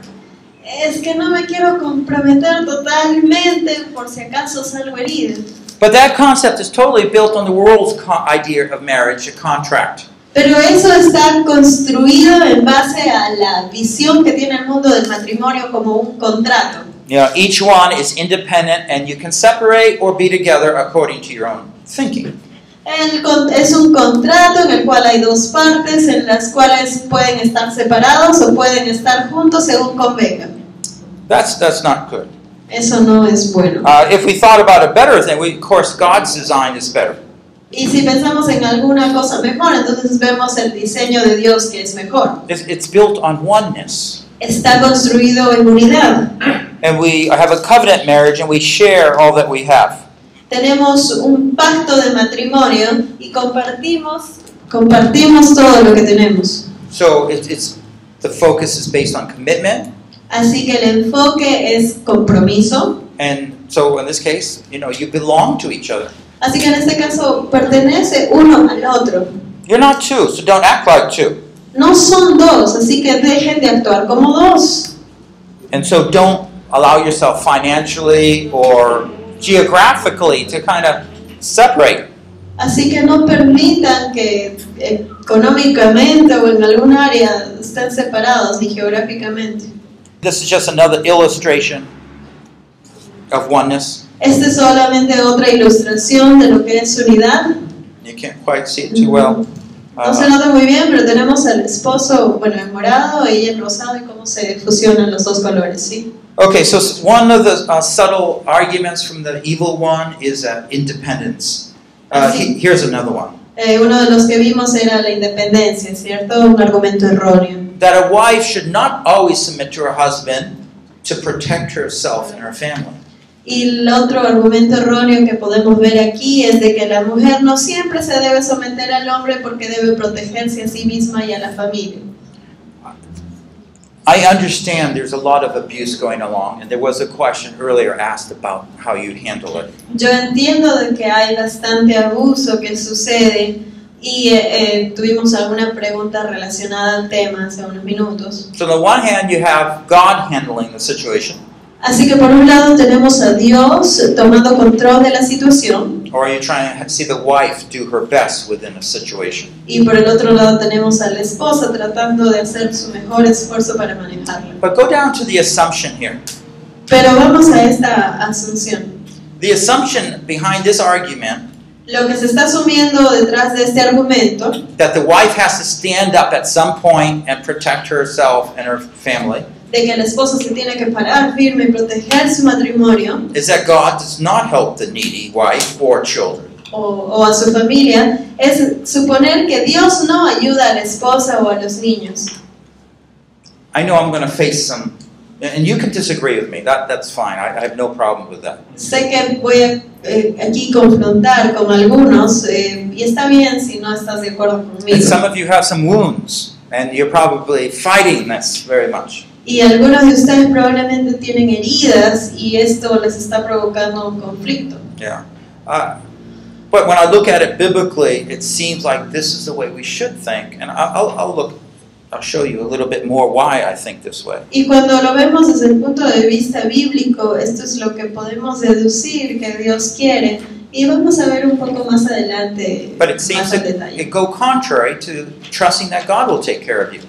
[SPEAKER 4] Es que no me quiero comprometer totalmente por si acaso salgo herida.
[SPEAKER 3] But that concept is totally built on the world's co- idea of marriage, a contract.
[SPEAKER 4] Pero eso está construido en base a la visión que tiene el mundo del matrimonio como un contrato.
[SPEAKER 3] You know, each one is independent and you can separate or be together according to your own thinking.
[SPEAKER 4] El con- es un contrato en el cual hay dos partes en las cuales pueden estar separados o pueden estar juntos según convenga.
[SPEAKER 3] That's that's not good.
[SPEAKER 4] Eso no es bueno.
[SPEAKER 3] Uh, if we thought about a better thing, we, of course, God's design is better.
[SPEAKER 4] Y si pensamos en alguna cosa mejor, entonces vemos el diseño de Dios que es mejor.
[SPEAKER 3] It's, it's built on oneness.
[SPEAKER 4] está construido en unidad.
[SPEAKER 3] And we have a covenant marriage and we share all that we have.
[SPEAKER 4] Tenemos un pacto de matrimonio y compartimos, compartimos todo lo que tenemos.
[SPEAKER 3] So it, it's the focus is based on commitment.
[SPEAKER 4] Así que el enfoque es compromiso.
[SPEAKER 3] And so in this case, you know, you belong to each other.
[SPEAKER 4] Así que en este caso pertenece uno al otro.
[SPEAKER 3] You're not two, so don't act like two.
[SPEAKER 4] No son dos, así que dejen de actuar como dos.
[SPEAKER 3] And so don't allow yourself financially or geographically to kind of separate.
[SPEAKER 4] Así que no permitan que eh, económicamente o en algún área estén separados ni geográficamente.
[SPEAKER 3] This is just another illustration of oneness.
[SPEAKER 4] Esta es solamente otra ilustración de lo que es unidad.
[SPEAKER 3] You can't quite see it too well. Uh,
[SPEAKER 4] No se nota muy bien, pero tenemos al esposo, bueno, en morado, ella en rosado y cómo se fusionan los dos colores, ¿sí?
[SPEAKER 3] Okay, so s- one of the uh, subtle arguments from the evil one is uh, independence. Uh, he- here's another one
[SPEAKER 4] Eh, uno de los que vimos era la independencia, ¿cierto? Un argumento erróneo.
[SPEAKER 3] that a wife should not always submit to her husband to protect herself and her family.
[SPEAKER 4] Y el otro argumento erróneo que podemos ver aquí es de que la mujer no siempre se debe someter al hombre porque debe protegerse a sí misma y a la familia.
[SPEAKER 3] I understand there's a lot of abuse going along, and there was a question earlier asked about how you handle it.
[SPEAKER 4] Yo entiendo de que hay bastante abuso que sucede y eh, eh, tuvimos alguna pregunta relacionada al tema hace unos minutos.
[SPEAKER 3] So, on the one hand, you have God handling the situation,
[SPEAKER 4] Así que por un lado tenemos a Dios tomando control de la situación
[SPEAKER 3] or you try and see the wife do her best within a situation.
[SPEAKER 4] y por el otro lado tenemos a la esposa tratando de hacer su mejor esfuerzo para manejarla.
[SPEAKER 3] But go down to the assumption here.
[SPEAKER 4] Pero vamos a esta asunción.
[SPEAKER 3] The assumption behind this argument
[SPEAKER 4] Lo que se está asumiendo detrás de este argumento
[SPEAKER 3] that the wife has to stand up at some point and protect herself and her family
[SPEAKER 4] de que la esposa se tiene que parar firme y proteger su matrimonio
[SPEAKER 3] is that God does not help the needy wife or children.
[SPEAKER 4] o, o a su familia es suponer que Dios no ayuda a la esposa o a los niños.
[SPEAKER 3] I know I'm going to face some, and you can disagree with me. That, that's fine. I, I have no problem with that.
[SPEAKER 4] Sé que voy a eh, aquí confrontar con algunos eh, y está bien si no estás de acuerdo
[SPEAKER 3] And
[SPEAKER 4] conmigo.
[SPEAKER 3] some of you have some wounds, and you're probably fighting this very much.
[SPEAKER 4] Y algunos de ustedes probablemente tienen heridas y esto les está provocando un conflicto.
[SPEAKER 3] Yeah. Uh, but when I look at it biblically, it seems like this is the way we should think, and I- I'll, I'll look. I'll show you a little bit more why I think this way.
[SPEAKER 4] Y cuando lo vemos desde el punto de vista bíblico, esto es lo que podemos deducir que Dios quiere. Y vamos a ver un poco más adelante
[SPEAKER 3] But it
[SPEAKER 4] más
[SPEAKER 3] seems
[SPEAKER 4] en
[SPEAKER 3] it,
[SPEAKER 4] detalle.
[SPEAKER 3] it go contrary to trusting that God will take care of you.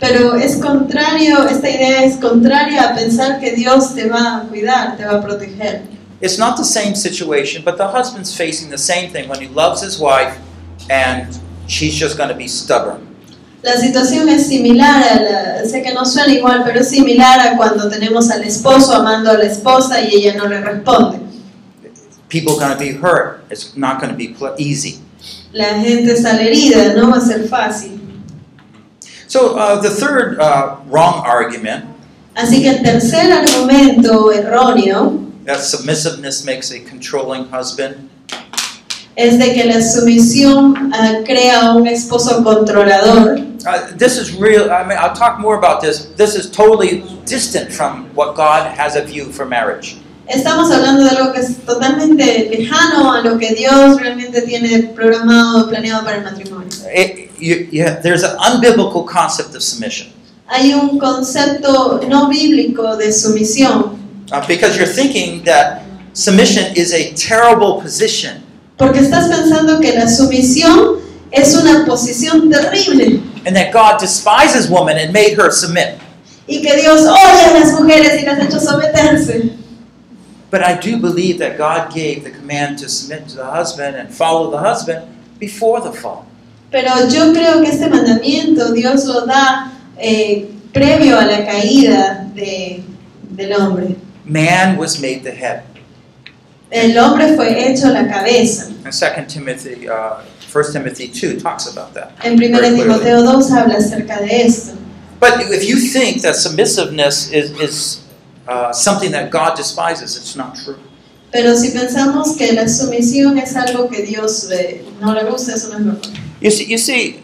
[SPEAKER 4] Pero es contrario, esta idea es contraria a pensar que Dios te va a cuidar, te va a proteger.
[SPEAKER 3] It's not the same situation, but the husband's facing the same thing when he loves his wife, and she's just going to be stubborn.
[SPEAKER 4] La situación es similar, a la- sé que no suena igual, pero es similar a cuando tenemos al esposo amando a la esposa y ella no le responde.
[SPEAKER 3] People are going to be hurt. It's not going to be pl- easy.
[SPEAKER 4] La gente sale herida, no va a ser fácil.
[SPEAKER 3] So uh, the third uh, wrong argument
[SPEAKER 4] Así que el tercer argumento erróneo
[SPEAKER 3] that submissiveness makes a controlling husband
[SPEAKER 4] es de que la sumisión ah, crea un esposo controlador.
[SPEAKER 3] Uh, this is real. I mean, I'll talk more about this. This is totally distant from what God has a view for marriage.
[SPEAKER 4] Estamos hablando de algo que es totalmente lejano a lo que Dios realmente tiene programado, planeado para el matrimonio.
[SPEAKER 3] It, you, you have- there's an unbiblical concept of submission
[SPEAKER 4] Hay un concepto no bíblico de sumisión
[SPEAKER 3] Uh, because you're thinking that submission is a terrible position,
[SPEAKER 4] Porque estás pensando que la sumisión es una posición terrible
[SPEAKER 3] and that God despises woman and made her submit.
[SPEAKER 4] y que Dios odia a las mujeres y las ha hecho someterse.
[SPEAKER 3] But I do believe that God gave the command to submit to the husband and follow the husband before the fall.
[SPEAKER 4] Pero yo creo que este mandamiento Dios lo da eh, previo a la caída de- del hombre.
[SPEAKER 3] Man was made the head.
[SPEAKER 4] El hombre fue hecho la cabeza.
[SPEAKER 3] And 2 Timothy, uh, 1 Timothy 2 talks about that.
[SPEAKER 4] En 1
[SPEAKER 3] Very clearly.
[SPEAKER 4] Timoteo 2 habla acerca de esto.
[SPEAKER 3] But if you think that submissiveness is, is uh, something that God despises, it's not true.
[SPEAKER 4] Pero si pensamos que la sumisión es algo que Dios eh, no le gusta, eso no es verdad.
[SPEAKER 3] You see, you see,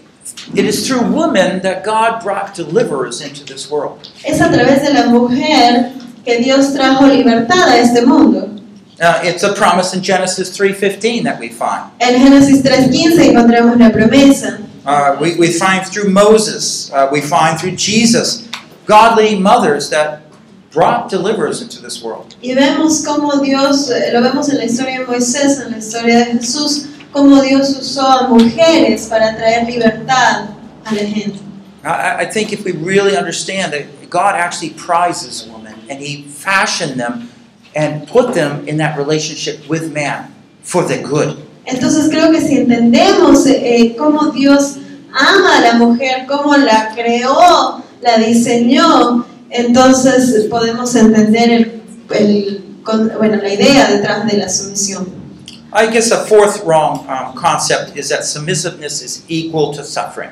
[SPEAKER 3] it is through woman that God brought deliverers into this world.
[SPEAKER 4] Es a través de la mujer que Dios trajo libertad a este mundo.
[SPEAKER 3] Uh, it's a promise in Genesis 3.15 that we find.
[SPEAKER 4] En Génesis 3.15 encontramos la promesa.
[SPEAKER 3] Uh, we, we find through Moses, uh, we find through Jesus, godly mothers that brought deliverers into this world.
[SPEAKER 4] Y vemos cómo Dios, eh, lo vemos en la historia de Moisés, en la historia de Jesús, cómo Dios usó a mujeres para traer libertad a la gente.
[SPEAKER 3] I- I, I think if we really understand that God actually prizes women and He fashioned them and put them in that relationship with man for the good.
[SPEAKER 4] Entonces creo que si entendemos eh, cómo Dios ama a la mujer como la creó, la diseñó, entonces podemos entender el, el con- bueno, la idea detrás de la sumisión.
[SPEAKER 3] I guess a fourth wrong um, concept is that submissiveness is equal to suffering.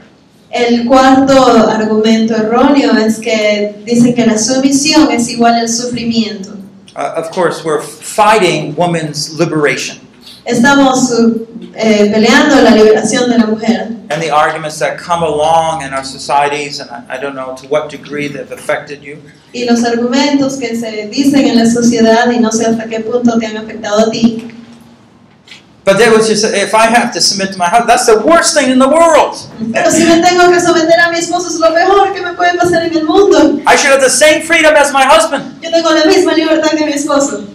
[SPEAKER 4] El cuarto argumento erróneo es que dicen que la sumisión es igual al sufrimiento.
[SPEAKER 3] Uh, of course, we're fighting woman's liberation
[SPEAKER 4] Estamos uh, eh, peleando la liberación de la mujer
[SPEAKER 3] and the arguments that come along in our societies, and I, I don't know to what degree they've affected you.
[SPEAKER 4] y los argumentos que se dicen en la sociedad y no sé hasta qué punto te han afectado a ti.
[SPEAKER 3] But that was just, if I have to submit to my husband, that's the worst thing in the world.
[SPEAKER 4] Pero si me tengo que someter a mi esposo es lo mejor que me puede pasar en el mundo.
[SPEAKER 3] I should have the same freedom as my husband.
[SPEAKER 4] Yo tengo la misma libertad que mi esposo.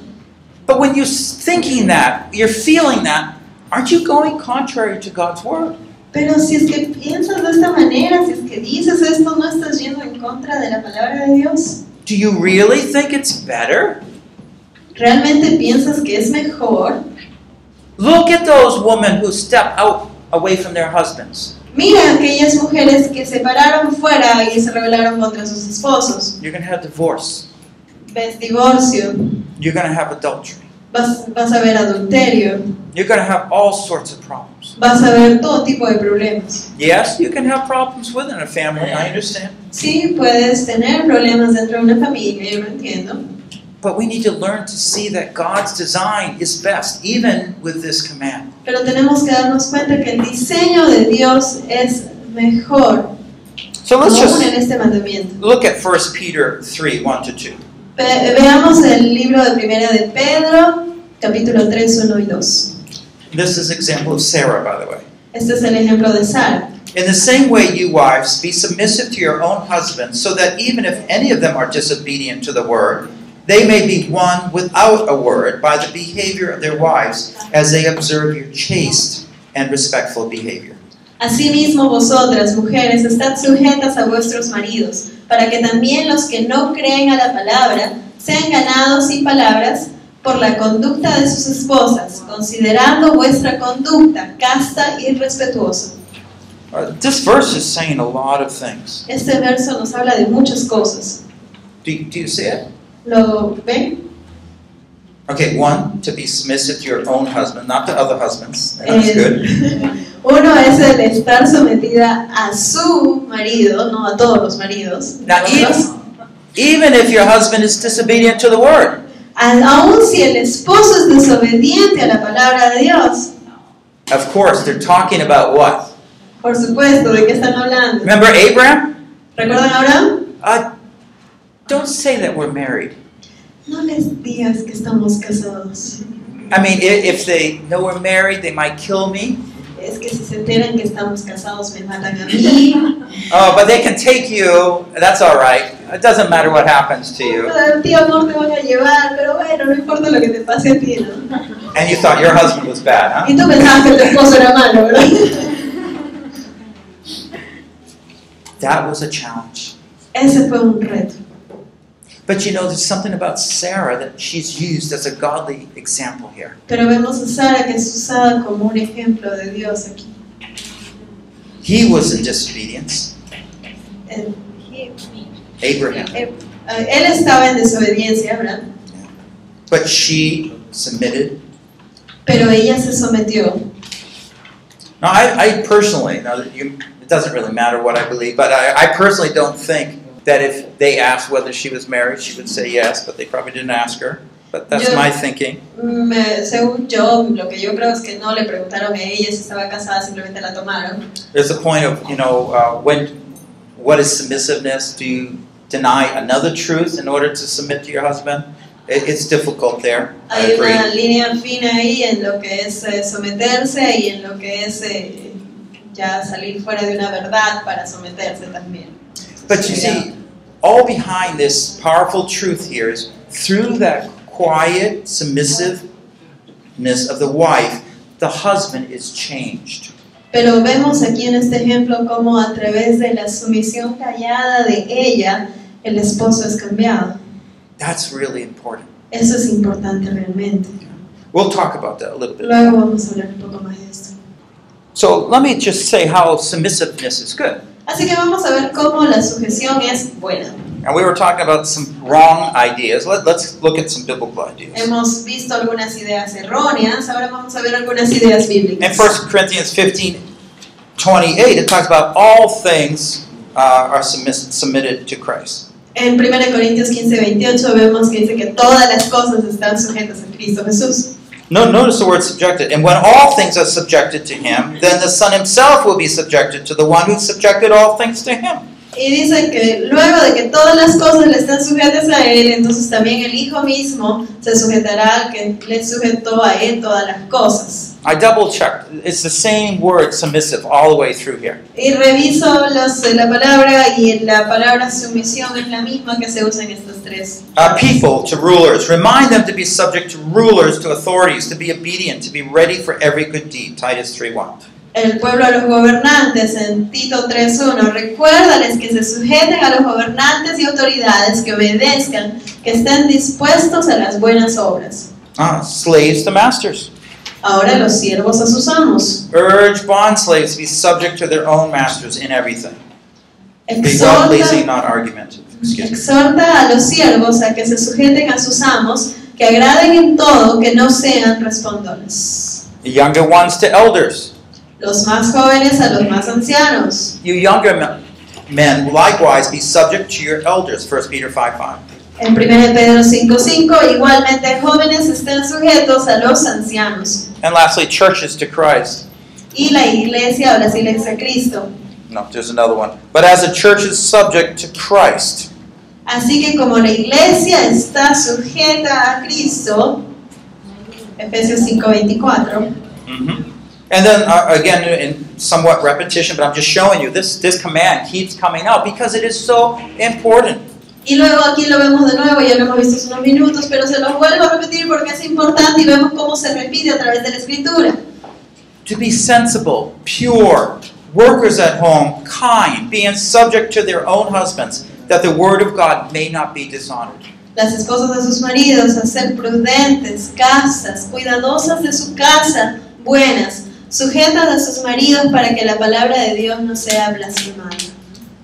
[SPEAKER 3] But when you're thinking that, you're feeling that, aren't you going contrary to God's word?
[SPEAKER 4] Pero si es que piensas de esta manera, si es que dices esto, no estás yendo en contra de la palabra de Dios.
[SPEAKER 3] Do you really think it's better?
[SPEAKER 4] ¿Realmente piensas que es mejor?
[SPEAKER 3] Look at those women who step out away from their husbands.
[SPEAKER 4] Mira aquellas mujeres que se pararon fuera y se rebelaron contra sus esposos.
[SPEAKER 3] You're going to have divorce.
[SPEAKER 4] Ves divorcio,
[SPEAKER 3] You're going to have adultery.
[SPEAKER 4] vas, vas a ver adulterio,
[SPEAKER 3] You're going to have all sorts of problems.
[SPEAKER 4] vas a ver todo tipo de problemas.
[SPEAKER 3] Yes, you can have problems within a family. I understand.
[SPEAKER 4] Sí, puedes tener problemas dentro de una familia, yo lo entiendo.
[SPEAKER 3] But we need to learn to see that God's design is best, even with this command.
[SPEAKER 4] Pero tenemos que darnos cuenta que el diseño de Dios es mejor,
[SPEAKER 3] So let's
[SPEAKER 4] aún en
[SPEAKER 3] just
[SPEAKER 4] este mandamiento.
[SPEAKER 3] look at 1 Peter 3 1 to 2.
[SPEAKER 4] Ve- veamos el libro de primera de Pedro, capítulo 3, 1 y 2.
[SPEAKER 3] This is example of Sarah, by the way.
[SPEAKER 4] Este es el ejemplo de Sara.
[SPEAKER 3] In the same way, you wives, be submissive to your own husbands, so that even if any of them are disobedient to the word, they may be won without a word by the behavior of their wives, as they observe your chaste and respectful behavior.
[SPEAKER 4] Asimismo vosotras, mujeres, estad sujetas a vuestros maridos, para que también los que no creen a la palabra sean ganados sin palabras por la conducta de sus esposas, considerando vuestra conducta casta y respetuosa.
[SPEAKER 3] Uh, this verse is saying a lot of things.
[SPEAKER 4] Este verso nos habla de muchas cosas.
[SPEAKER 3] Do, do you see it?
[SPEAKER 4] ¿Lo ven?
[SPEAKER 3] Okay, one, to be submissive to your own husband, not to other husbands. That's good.
[SPEAKER 4] Eh, uno es el estar sometida a su marido, no a todos los maridos.
[SPEAKER 3] Now,
[SPEAKER 4] Otros.
[SPEAKER 3] even, even if your husband is disobedient to the word,
[SPEAKER 4] Al- Aun si el esposo es desobediente a la palabra de Dios.
[SPEAKER 3] Of course, they're talking about what?
[SPEAKER 4] Por supuesto, ¿de qué están hablando?
[SPEAKER 3] Remember Abraham?
[SPEAKER 4] ¿Recuerdan a Abraham?
[SPEAKER 3] Uh, don't say that we're married.
[SPEAKER 4] No les digas que estamos casados.
[SPEAKER 3] I mean, i- if they know we're married, they might kill me.
[SPEAKER 4] Es que si se enteran que estamos casados me matan a mí.
[SPEAKER 3] Oh, but they can take you. That's all right. It doesn't matter what happens to you.
[SPEAKER 4] Ah, Tío amor, te van a llevar, pero bueno, no importa lo que te pase a ti, ¿no?
[SPEAKER 3] And you thought your husband was bad, huh?
[SPEAKER 4] Y tú pensabas que tu esposo era malo, ¿verdad?
[SPEAKER 3] That was a challenge.
[SPEAKER 4] Ese fue un reto.
[SPEAKER 3] But you know, there's something about Sarah that she's used as a godly example here.
[SPEAKER 4] Pero vemos a Sara que es usada como un ejemplo de Dios aquí.
[SPEAKER 3] He was in disobedience,
[SPEAKER 4] Eh,
[SPEAKER 3] Abraham,
[SPEAKER 4] ah, Él estaba en desobediencia, Abraham,
[SPEAKER 3] but she submitted.
[SPEAKER 4] pero ella se sometió.
[SPEAKER 3] Now, I, I personally, now that you, it doesn't really matter what I believe, but I, I personally don't think that if they asked whether she was married, she would say yes, but they probably didn't ask her. But that's
[SPEAKER 4] Yeah.
[SPEAKER 3] my thinking.
[SPEAKER 4] Me- según yo, lo que yo creo es que no le preguntaron a ella si estaba casada, simplemente la tomaron.
[SPEAKER 3] There's a point of, you know, uh, when, what is submissiveness? Do you deny another truth in order to submit to your husband? It, it's difficult there. I
[SPEAKER 4] Hay
[SPEAKER 3] agree.
[SPEAKER 4] una línea fina ahí en lo que es eh, someterse y en lo que es eh, ya salir fuera de una verdad para someterse también.
[SPEAKER 3] But you see, all behind this powerful truth here is through that quiet submissiveness of the wife, the husband is changed.
[SPEAKER 4] Pero vemos aquí en este ejemplo cómo a través de la sumisión callada de ella, el esposo es cambiado.
[SPEAKER 3] That's really important.
[SPEAKER 4] Eso es importante realmente.
[SPEAKER 3] We'll talk about that a little bit.
[SPEAKER 4] Luego vamos a hablar un poco más de esto.
[SPEAKER 3] So let me just say how submissiveness is good.
[SPEAKER 4] Así que vamos a ver cómo la sujeción es buena.
[SPEAKER 3] And we were talking about some wrong ideas. Let, let's look at some biblical ideas.
[SPEAKER 4] Hemos visto algunas ideas erróneas, ahora vamos a ver algunas ideas
[SPEAKER 3] In
[SPEAKER 4] bíblicas.
[SPEAKER 3] 1 Corinthians 15 28, it talks about all things uh, are submiss- submitted to Christ.
[SPEAKER 4] En 1 Corintios 15, 28 vemos que dice que todas las cosas están sujetas a Cristo Jesús.
[SPEAKER 3] No, notice the word subjected. And when all things are subjected to him, then the Son himself will be subjected to the one who subjected all things to him.
[SPEAKER 4] Y dice que luego de que todas las cosas le están sujetas a Él, entonces también el Hijo mismo se sujetará al que le sujetó a Él todas las cosas.
[SPEAKER 3] I double checked. It's the same word submissive all the way through here.
[SPEAKER 4] Y reviso los- la palabra y la palabra sumisión es la misma que se usa en estas tres.
[SPEAKER 3] Uh, people to rulers. Remind them to be subject to rulers, to authorities, to be obedient, to be ready for every good deed. Titus 3 1.
[SPEAKER 4] El pueblo a los gobernantes en Tito 3.1. Recuérdales que se sujeten a los gobernantes y autoridades, que obedezcan, que estén dispuestos a las buenas obras.
[SPEAKER 3] Ah, slaves to masters.
[SPEAKER 4] Ahora los siervos a sus amos.
[SPEAKER 3] Urge bond slaves to be subject to their own masters in everything. Be well
[SPEAKER 4] Exhorta
[SPEAKER 3] pleasing, not argumentative. Excuse me.
[SPEAKER 4] Exhorta a los siervos a que se sujeten a sus amos, que agraden en todo, que no sean respondones.
[SPEAKER 3] The younger ones to elders.
[SPEAKER 4] Los más jóvenes a los más ancianos.
[SPEAKER 3] You younger men- men likewise be subject to your elders. 1 Peter 5 5.
[SPEAKER 4] En 1 Pedro 5:5, igualmente jóvenes estén sujetos a los ancianos.
[SPEAKER 3] And lastly, churches to Christ.
[SPEAKER 4] Y la iglesia o las iglesias a Cristo.
[SPEAKER 3] No, there's another one. But as a church is subject to Christ.
[SPEAKER 4] Así que como la iglesia está sujeta a Cristo, Efesios 5:24,
[SPEAKER 3] Mhm. And then uh, again, in somewhat repetition, but I'm just showing you this. This command keeps coming up because it is so important.
[SPEAKER 4] Y luego aquí lo vemos de nuevo, ya lo hemos visto hace unos minutos, pero se los vuelvo a repetir porque es importante y vemos cómo se repite a través de la escritura.
[SPEAKER 3] To be sensible, pure, workers at home, kind, being subject to their own husbands, that the word of God may not be dishonored.
[SPEAKER 4] Las esposas de sus maridos a ser prudentes, castas, cuidadosas de su casa, buenas, sujetas a sus maridos para que la palabra de Dios no sea blasfemada.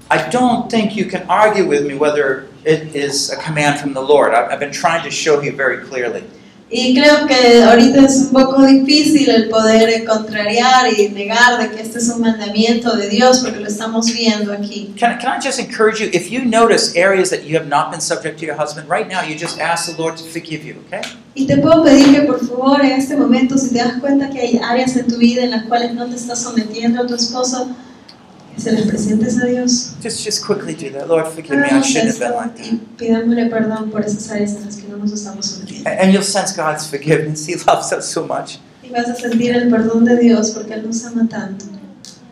[SPEAKER 3] I don't think you can argue with me whether it is a command from the Lord. I've, I've been trying to show you very clearly.
[SPEAKER 4] Y creo que ahorita es un poco difícil el poder eh, contrariar y negar de que este es un mandamiento de Dios porque lo estamos viendo aquí.
[SPEAKER 3] Can, can I just encourage you, if you notice areas that you have not been subject to your husband, right now you just ask the Lord to forgive you, okay?
[SPEAKER 4] Y te puedo pedir que por favor en este momento, si te das cuenta que hay áreas en tu vida en las cuales no te estás sometiendo a tu esposo, que se las presentes a Dios.
[SPEAKER 3] Just, just quickly do that. Lord, forgive me. I
[SPEAKER 4] Hagamos
[SPEAKER 3] shouldn't have
[SPEAKER 4] esto
[SPEAKER 3] been like that.
[SPEAKER 4] Y pidámosle perdón por esas áreas en las que no nos estamos sometiendo.
[SPEAKER 3] And- And you'll sense God's forgiveness. He loves us so much.
[SPEAKER 4] Y vas a sentir el perdón de Dios porque Él nos ama tanto.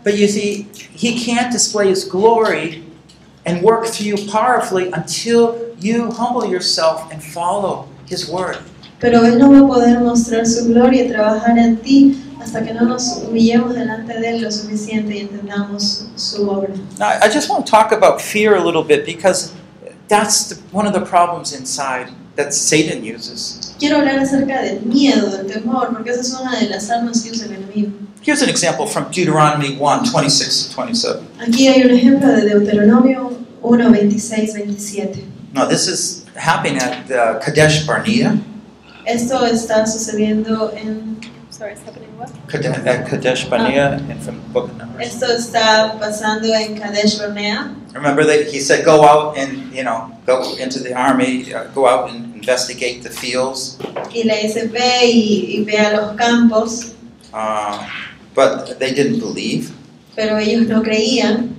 [SPEAKER 3] But you see, He can't display His glory and work through you powerfully until you humble yourself and follow His word.
[SPEAKER 4] Pero Él no va a poder mostrar su gloria y trabajar en ti hasta que no nos humillemos delante de Él lo suficiente y entendamos su obra.
[SPEAKER 3] Now, I I just want to talk about fear a little bit because that's the, one of the problems inside that Satan uses.
[SPEAKER 4] Quiero hablar acerca del miedo, del temor, porque esa es una de las armas que usa el enemigo.
[SPEAKER 3] Here's an example from Deuteronomy 1 26 to 27.
[SPEAKER 4] Aquí hay un ejemplo de Deuteronomio 1, 26, 27.
[SPEAKER 3] Now, this is happening at uh, Kadesh Barnea.
[SPEAKER 4] Esto está sucediendo en...
[SPEAKER 3] Kade- at Kadesh Barnea and from the Book of Numbers.
[SPEAKER 4] Esto está pasando en Kadesh Barnea.
[SPEAKER 3] Remember that he said, "Go out and you know, go into the army, uh, go out and investigate the fields."
[SPEAKER 4] Y le dice, ve y, y ve a los campos.
[SPEAKER 3] Uh, but they didn't believe.
[SPEAKER 4] Pero ellos no creían.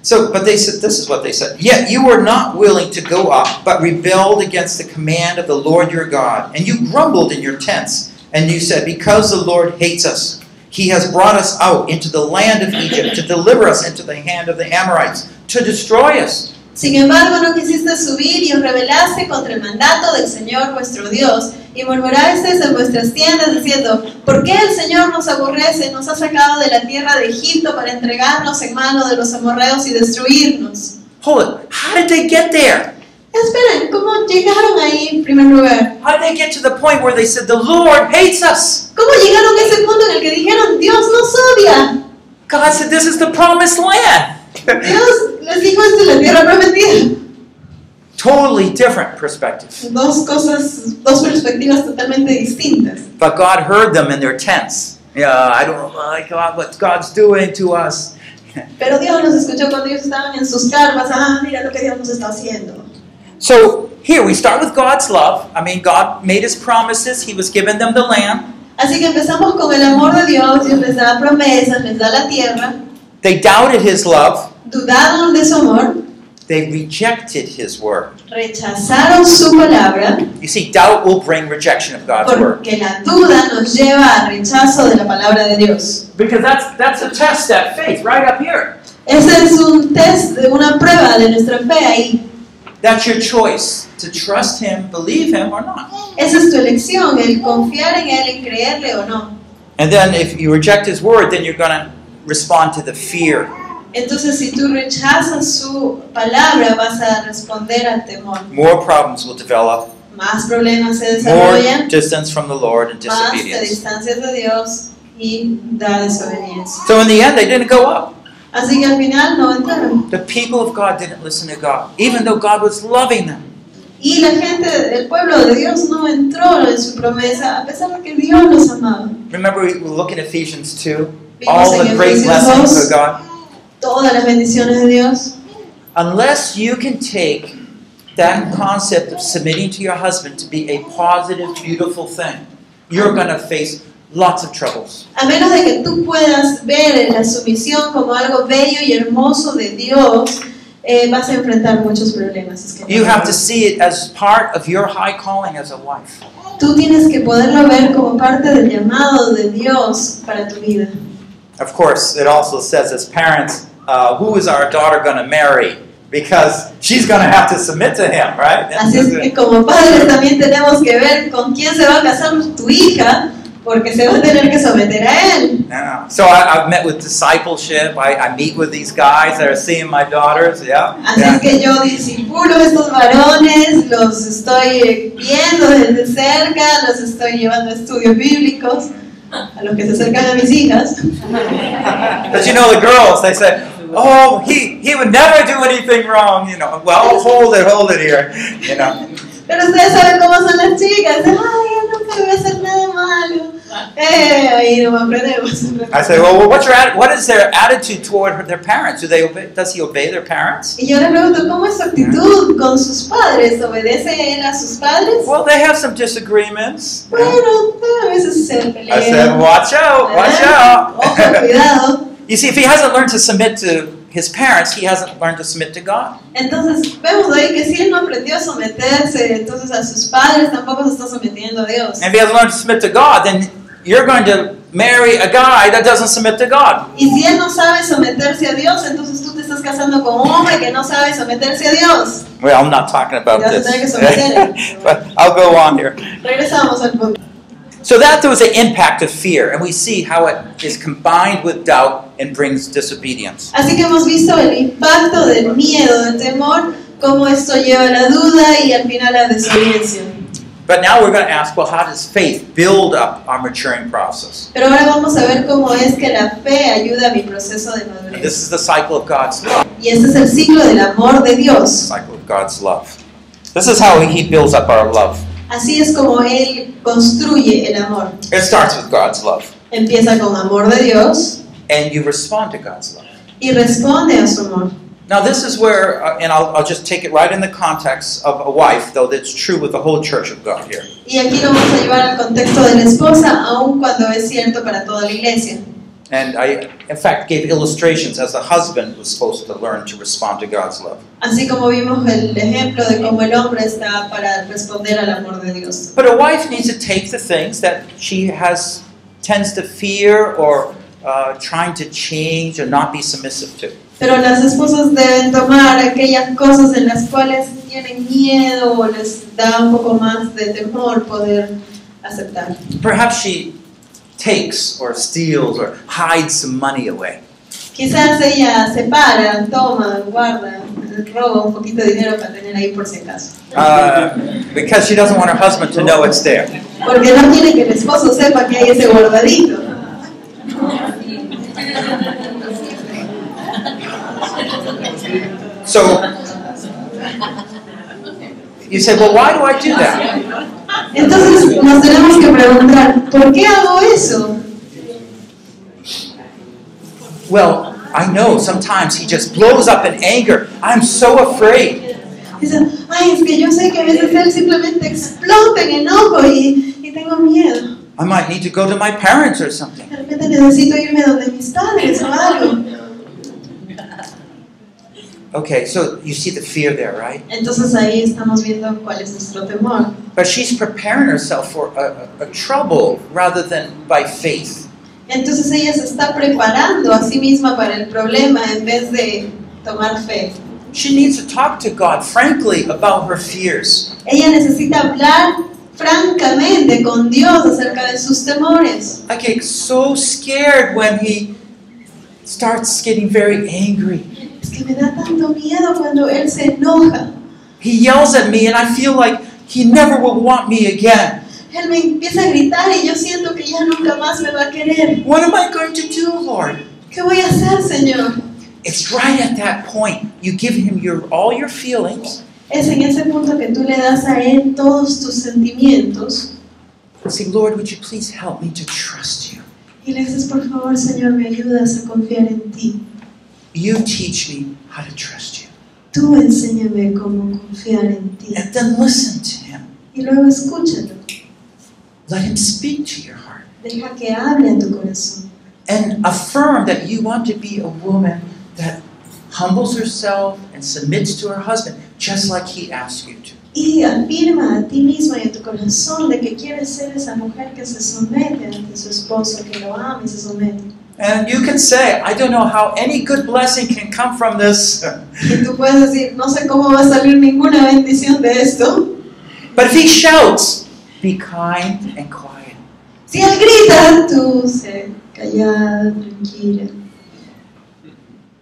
[SPEAKER 3] So, but they said, "This is what they said." Yet you were not willing to go up, but rebelled against the command of the Lord your God, and you grumbled in your tents, and you said, "Because the Lord hates us." He has brought us out into the land of Egypt to deliver us into the hand of the Amorites, to destroy us.
[SPEAKER 4] Sin embargo, no quisiste subir y os rebelaste contra el mandato del Señor vuestro Dios. Y murmurasteis en vuestras tiendas diciendo, ¿por qué el Señor nos aborrece, nos ha sacado de la tierra de Egipto para entregarnos en manos de los amorreos y destruirnos?
[SPEAKER 3] Hold it. How did they get there?
[SPEAKER 4] Esperen, ¿cómo llegaron ahí en primer lugar?
[SPEAKER 3] How did they get to the point where they said, The Lord hates us?
[SPEAKER 4] ¿Cómo llegaron a ese punto en el que dijeron, Dios nos odia?
[SPEAKER 3] God said, This is the promised land.
[SPEAKER 4] Dios les dijo esto en la tierra prometida.
[SPEAKER 3] totally different perspective.
[SPEAKER 4] Dos cosas, dos perspectivas totalmente distintas.
[SPEAKER 3] But God heard them in their tents. Yeah, I don't like God, what God's doing to us.
[SPEAKER 4] Pero Dios los escuchó cuando ellos estaban en sus carpas. Ah, mira lo que Dios nos está haciendo.
[SPEAKER 3] So here we start with God's love. I mean, God made his promises, he was giving them the land.
[SPEAKER 4] Así que empezamos con el amor de Dios. Dios les da promesas, les da la tierra.
[SPEAKER 3] They doubted his love,
[SPEAKER 4] Dudaron de su amor,
[SPEAKER 3] they rejected his word.
[SPEAKER 4] rechazaron su palabra,
[SPEAKER 3] You see, doubt will bring rejection of God's word.
[SPEAKER 4] porque la duda nos lleva al rechazo de la palabra de Dios.
[SPEAKER 3] Because that's that's a test at faith right up here.
[SPEAKER 4] Ese es un test, de una prueba de nuestra fe ahí.
[SPEAKER 3] That's your choice to trust him, believe him or not.
[SPEAKER 4] Esa es tu elección, el confiar en Él, en creerle o no.
[SPEAKER 3] And then if you reject his word, then you're going to respond to the fear
[SPEAKER 4] Entonces, si tú rechazas su palabra, vas a responder al temor.
[SPEAKER 3] more problems will develop,
[SPEAKER 4] Más problemas se
[SPEAKER 3] more
[SPEAKER 4] desarrollan,
[SPEAKER 3] distance from the Lord and
[SPEAKER 4] más te
[SPEAKER 3] disobedience.
[SPEAKER 4] distancias de Dios y da desobediencia.
[SPEAKER 3] So in the end, they didn't go up.
[SPEAKER 4] Así que al final no entraron.
[SPEAKER 3] The people of God didn't listen to God, even though God was loving them.
[SPEAKER 4] Y la gente, el pueblo de Dios no entró en su promesa, a pesar de que Dios los amaba.
[SPEAKER 3] Remember, we were looking at Ephesians 2, all
[SPEAKER 4] Vimos
[SPEAKER 3] the
[SPEAKER 4] en
[SPEAKER 3] great blessings of
[SPEAKER 4] Efesios 2
[SPEAKER 3] God.
[SPEAKER 4] todas las bendiciones de Dios.
[SPEAKER 3] Unless you can take that concept of submitting to your husband to be a positive, beautiful thing, you're going to face lots of troubles.
[SPEAKER 4] A menos de que tú puedas ver la sumisión como algo bello y hermoso de Dios, eh, vas a enfrentar muchos problemas. Es que
[SPEAKER 3] You have to see it as part of your high calling as a wife.
[SPEAKER 4] Tú tienes que poderlo ver como parte del llamado de Dios para tu vida.
[SPEAKER 3] Of course, it also says as parents, uh, who is our daughter going to marry? Because she's going to have to submit to him, right?
[SPEAKER 4] Así es que como padres también tenemos que ver con quién se va a casar tu hija, porque se va a tener que someter a él.
[SPEAKER 3] Yeah. So I, I've met with discipleship. I, I meet with these guys that are seeing my daughters. Yeah.
[SPEAKER 4] Así es
[SPEAKER 3] yeah.
[SPEAKER 4] que yo disipulo a estos varones, los estoy eh, viendo desde cerca, los estoy llevando a estudios bíblicos, a los que se acercan a mis hijas.
[SPEAKER 3] But you know the girls, they say, "Oh, he he would never do anything wrong." You know. Well, hold it, hold it here. You know.
[SPEAKER 4] Pero ustedes saben cómo son las chicas, ay, yo nunca voy a hacer nada malo. Eh, ahí no aprendemos.
[SPEAKER 3] I say, "Well, well, what's your atti- what is their attitude toward her, their parents? Do they obey, does he obey their parents?"
[SPEAKER 4] Y yo le pregunto, ¿cómo es su actitud con sus padres? ¿Obedece él a sus padres?
[SPEAKER 3] Well, they have some disagreements.
[SPEAKER 4] Bueno, a veces se
[SPEAKER 3] I said,
[SPEAKER 4] pelean.
[SPEAKER 3] "Watch out, watch
[SPEAKER 4] Ah, Ojo,
[SPEAKER 3] out."
[SPEAKER 4] cuidado.
[SPEAKER 3] you see, if he hasn't learned to submit to his parents, he hasn't learned to submit to God.
[SPEAKER 4] Entonces vemos ahí que si él no aprendió a someterse entonces a sus padres, tampoco se está sometiendo a Dios.
[SPEAKER 3] And if he hasn't learned to submit to God, then you're going to marry a guy that doesn't submit to God.
[SPEAKER 4] Y si él no sabe someterse a Dios, entonces tú te estás casando con un hombre que no sabe someterse a Dios.
[SPEAKER 3] Well, I'm not talking about
[SPEAKER 4] Ya se
[SPEAKER 3] this.
[SPEAKER 4] tiene que someter.
[SPEAKER 3] but I'll go on here.
[SPEAKER 4] Regresamos al punto.
[SPEAKER 3] So that there was an impact of fear, and we see how it is combined with doubt and brings disobedience.
[SPEAKER 4] Así que hemos visto el impacto del miedo, del temor, cómo esto lleva a la duda y al final a la desobediencia.
[SPEAKER 3] But now we're going to ask, well, how does faith build up our maturing process?
[SPEAKER 4] Pero ahora vamos a ver cómo es que la fe ayuda a mi proceso de
[SPEAKER 3] And
[SPEAKER 4] madurez.
[SPEAKER 3] this is the cycle of God's love.
[SPEAKER 4] Y ese es el ciclo del amor de Dios.
[SPEAKER 3] Cycle of God's love. This is how He builds up our love.
[SPEAKER 4] Así es como Él construye el amor.
[SPEAKER 3] It starts with God's love,
[SPEAKER 4] Empieza con amor de Dios
[SPEAKER 3] and you respond to God's love.
[SPEAKER 4] y responde a su amor.
[SPEAKER 3] Now, this is where, uh, and I'll, I'll just take it right in the context of a wife, though that's true with the whole church of God here.
[SPEAKER 4] Y aquí lo vamos a llevar al contexto de la esposa, aun cuando es cierto para toda la iglesia.
[SPEAKER 3] And I, in fact, gave illustrations as the husband was supposed to learn to respond to God's love.
[SPEAKER 4] Así como vimos el ejemplo de cómo el hombre está para responder al amor de Dios.
[SPEAKER 3] But a wife needs to take the things that she has, tends to fear or uh, trying to change or not be submissive to.
[SPEAKER 4] Pero las esposas deben tomar aquellas cosas en las cuales tienen miedo o les da un poco más de temor poder aceptar.
[SPEAKER 3] Perhaps she takes or steals or hides some money away.
[SPEAKER 4] Quizás ella separa, toma, guarda les roba un poquito de dinero para tener ahí por si acaso.
[SPEAKER 3] uh, because she doesn't want her husband to know it's there.
[SPEAKER 4] Porque no quiere que el esposo sepa que hay ese guardadito.
[SPEAKER 3] So you say, well, why do I do that?
[SPEAKER 4] Entonces nos tenemos que preguntar, ¿por qué hago eso?
[SPEAKER 3] Well, I know sometimes he just blows up in anger. I'm so afraid.
[SPEAKER 4] Dicen, ay, es que yo sé que a veces él simplemente explota en enojo y, y tengo miedo.
[SPEAKER 3] I might need to go to my parents or something.
[SPEAKER 4] De repente necesito irme donde mis padres o algo.
[SPEAKER 3] Okay, so you see the fear there, right?
[SPEAKER 4] Entonces ahí estamos viendo cuál es nuestro temor.
[SPEAKER 3] But she's preparing herself for a, a, a trouble rather than by faith.
[SPEAKER 4] Entonces ella se está preparando a sí misma para el problema en vez de tomar fe.
[SPEAKER 3] She needs to talk to God frankly about her fears.
[SPEAKER 4] Ella necesita hablar francamente con Dios acerca de sus temores.
[SPEAKER 3] I get so scared when he starts getting very angry.
[SPEAKER 4] Es que me da tanto miedo cuando él se enoja.
[SPEAKER 3] He yells at me and I feel like he never will want me again.
[SPEAKER 4] Él me empieza a gritar y yo siento que ya nunca más me va a querer.
[SPEAKER 3] What am I going to do, Lord?
[SPEAKER 4] ¿Qué voy a hacer, Señor?
[SPEAKER 3] It's right at that point you give him your all your feelings.
[SPEAKER 4] Es en ese punto que tú le das a él todos tus sentimientos
[SPEAKER 3] Say, Lord, would you please help me to trust you?
[SPEAKER 4] y le dices, por favor, Señor, me ayudas a confiar en ti.
[SPEAKER 3] You teach me how to trust you.
[SPEAKER 4] Tú enséñame cómo confiar en ti.
[SPEAKER 3] And then listen to him.
[SPEAKER 4] Y luego escúchalo.
[SPEAKER 3] Let him speak to your heart
[SPEAKER 4] Deja que hable a tu corazón.
[SPEAKER 3] and affirm that you want to be a woman that humbles herself and submits to her husband just like he asked you to.
[SPEAKER 4] Y afirma a ti misma y a tu corazón de que quieres ser esa mujer que se somete ante su esposo, que lo ama y se somete.
[SPEAKER 3] And you can say, I don't know how any good blessing can come from this.
[SPEAKER 4] Y tú puedes decir, no sé cómo va a salir ninguna bendición de esto.
[SPEAKER 3] But if he shouts, be kind and quiet.
[SPEAKER 4] Si él grita, tú sé callada, tranquila.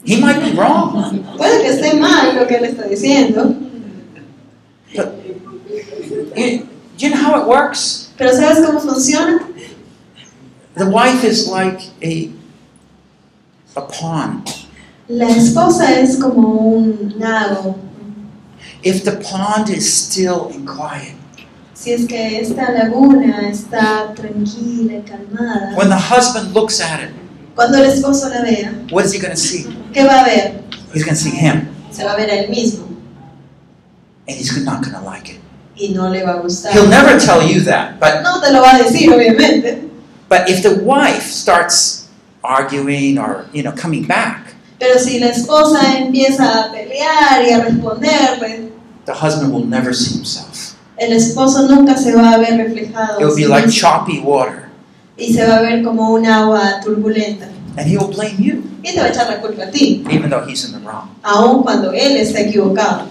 [SPEAKER 3] He might be wrong,
[SPEAKER 4] Puede que esté mal lo que él está diciendo,
[SPEAKER 3] but you, you know how it works?
[SPEAKER 4] pero ¿sabes cómo funciona?
[SPEAKER 3] The wife is like a, a pawn.
[SPEAKER 4] La esposa es como un lago.
[SPEAKER 3] If the pond is still and quiet,
[SPEAKER 4] Si es que esta laguna está tranquila, calmada,
[SPEAKER 3] when the husband looks at it,
[SPEAKER 4] cuando el esposo la vea,
[SPEAKER 3] what is he going to see?
[SPEAKER 4] ¿qué va a ver?
[SPEAKER 3] He's going to see him,
[SPEAKER 4] Se va a ver a él mismo
[SPEAKER 3] and he's not going to like it.
[SPEAKER 4] y no le va a gustar.
[SPEAKER 3] He'll never tell you that, but
[SPEAKER 4] No te lo va a decir, obviamente,
[SPEAKER 3] but if the wife starts arguing or you know coming back,
[SPEAKER 4] pero si la esposa empieza a pelear y a responderle,
[SPEAKER 3] the husband will never see himself.
[SPEAKER 4] el esposo nunca se va a ver reflejado
[SPEAKER 3] It will be
[SPEAKER 4] sí
[SPEAKER 3] like
[SPEAKER 4] mismo
[SPEAKER 3] choppy water,
[SPEAKER 4] y se va a ver como un agua turbulenta.
[SPEAKER 3] and he will blame you,
[SPEAKER 4] Y te va a echar la culpa a ti,
[SPEAKER 3] even though he's in the wrong.
[SPEAKER 4] aun cuando él está equivocado.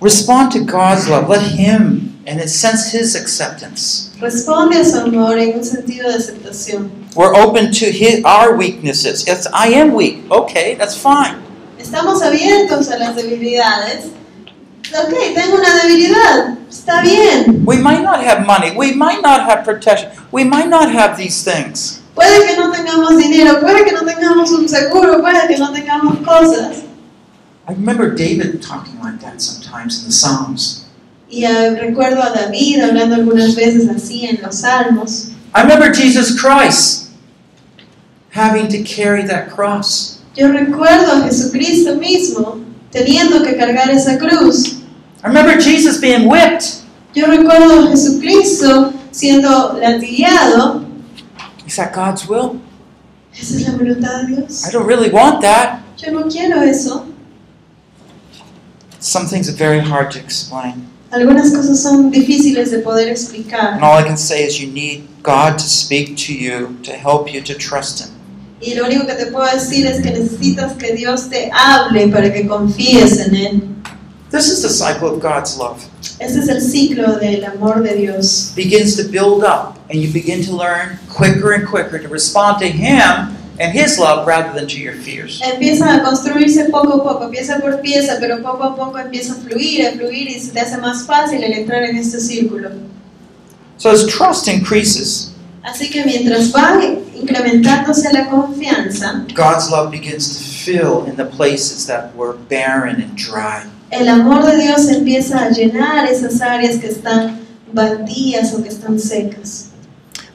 [SPEAKER 3] Respond to God's love. Let Him and it sense His acceptance.
[SPEAKER 4] Responde a su amor en un sentido de aceptación.
[SPEAKER 3] We're open to his, our weaknesses. It's I am weak. Okay, that's fine.
[SPEAKER 4] Estamos abiertos a las debilidades. Ok, tengo una debilidad. Está bien.
[SPEAKER 3] We might not have money. We might not have protection. We might not have these things.
[SPEAKER 4] Puede que no tengamos dinero, puede que no tengamos un seguro, puede que no tengamos cosas.
[SPEAKER 3] I remember David talking like that sometimes in the Psalms.
[SPEAKER 4] Y eh, recuerdo a David hablando algunas veces así en los salmos.
[SPEAKER 3] I remember Jesus Christ having to carry that cross.
[SPEAKER 4] Yo recuerdo a Jesucristo mismo teniendo que cargar esa cruz.
[SPEAKER 3] I remember Jesus being whipped.
[SPEAKER 4] Yo recuerdo a Jesucristo siendo latigado.
[SPEAKER 3] Is that God's will?
[SPEAKER 4] Esa es la voluntad de Dios.
[SPEAKER 3] I don't really want that.
[SPEAKER 4] Yo no quiero eso.
[SPEAKER 3] Some things are very hard to explain.
[SPEAKER 4] Algunas cosas son difíciles de poder explicar.
[SPEAKER 3] And all I can say is you need God to speak to you, to help you to trust Him.
[SPEAKER 4] Y lo único que te puedo decir es que necesitas que Dios te hable para que confíes en Él.
[SPEAKER 3] This is the cycle of God's love.
[SPEAKER 4] Este es el ciclo del amor de Dios.
[SPEAKER 3] begins to build up and you begin to learn quicker and quicker to respond to him and His love rather than to your fears.
[SPEAKER 4] Empieza a construirse poco a poco, pieza por pieza, pero poco a poco empieza a fluir, a fluir y se te hace más fácil el entrar en este círculo.
[SPEAKER 3] So as trust increases,
[SPEAKER 4] Así que mientras va incrementándose la confianza,
[SPEAKER 3] God's love begins to fill in the places that were barren and dry.
[SPEAKER 4] el amor de Dios empieza a llenar esas áreas que están vacías o que están secas.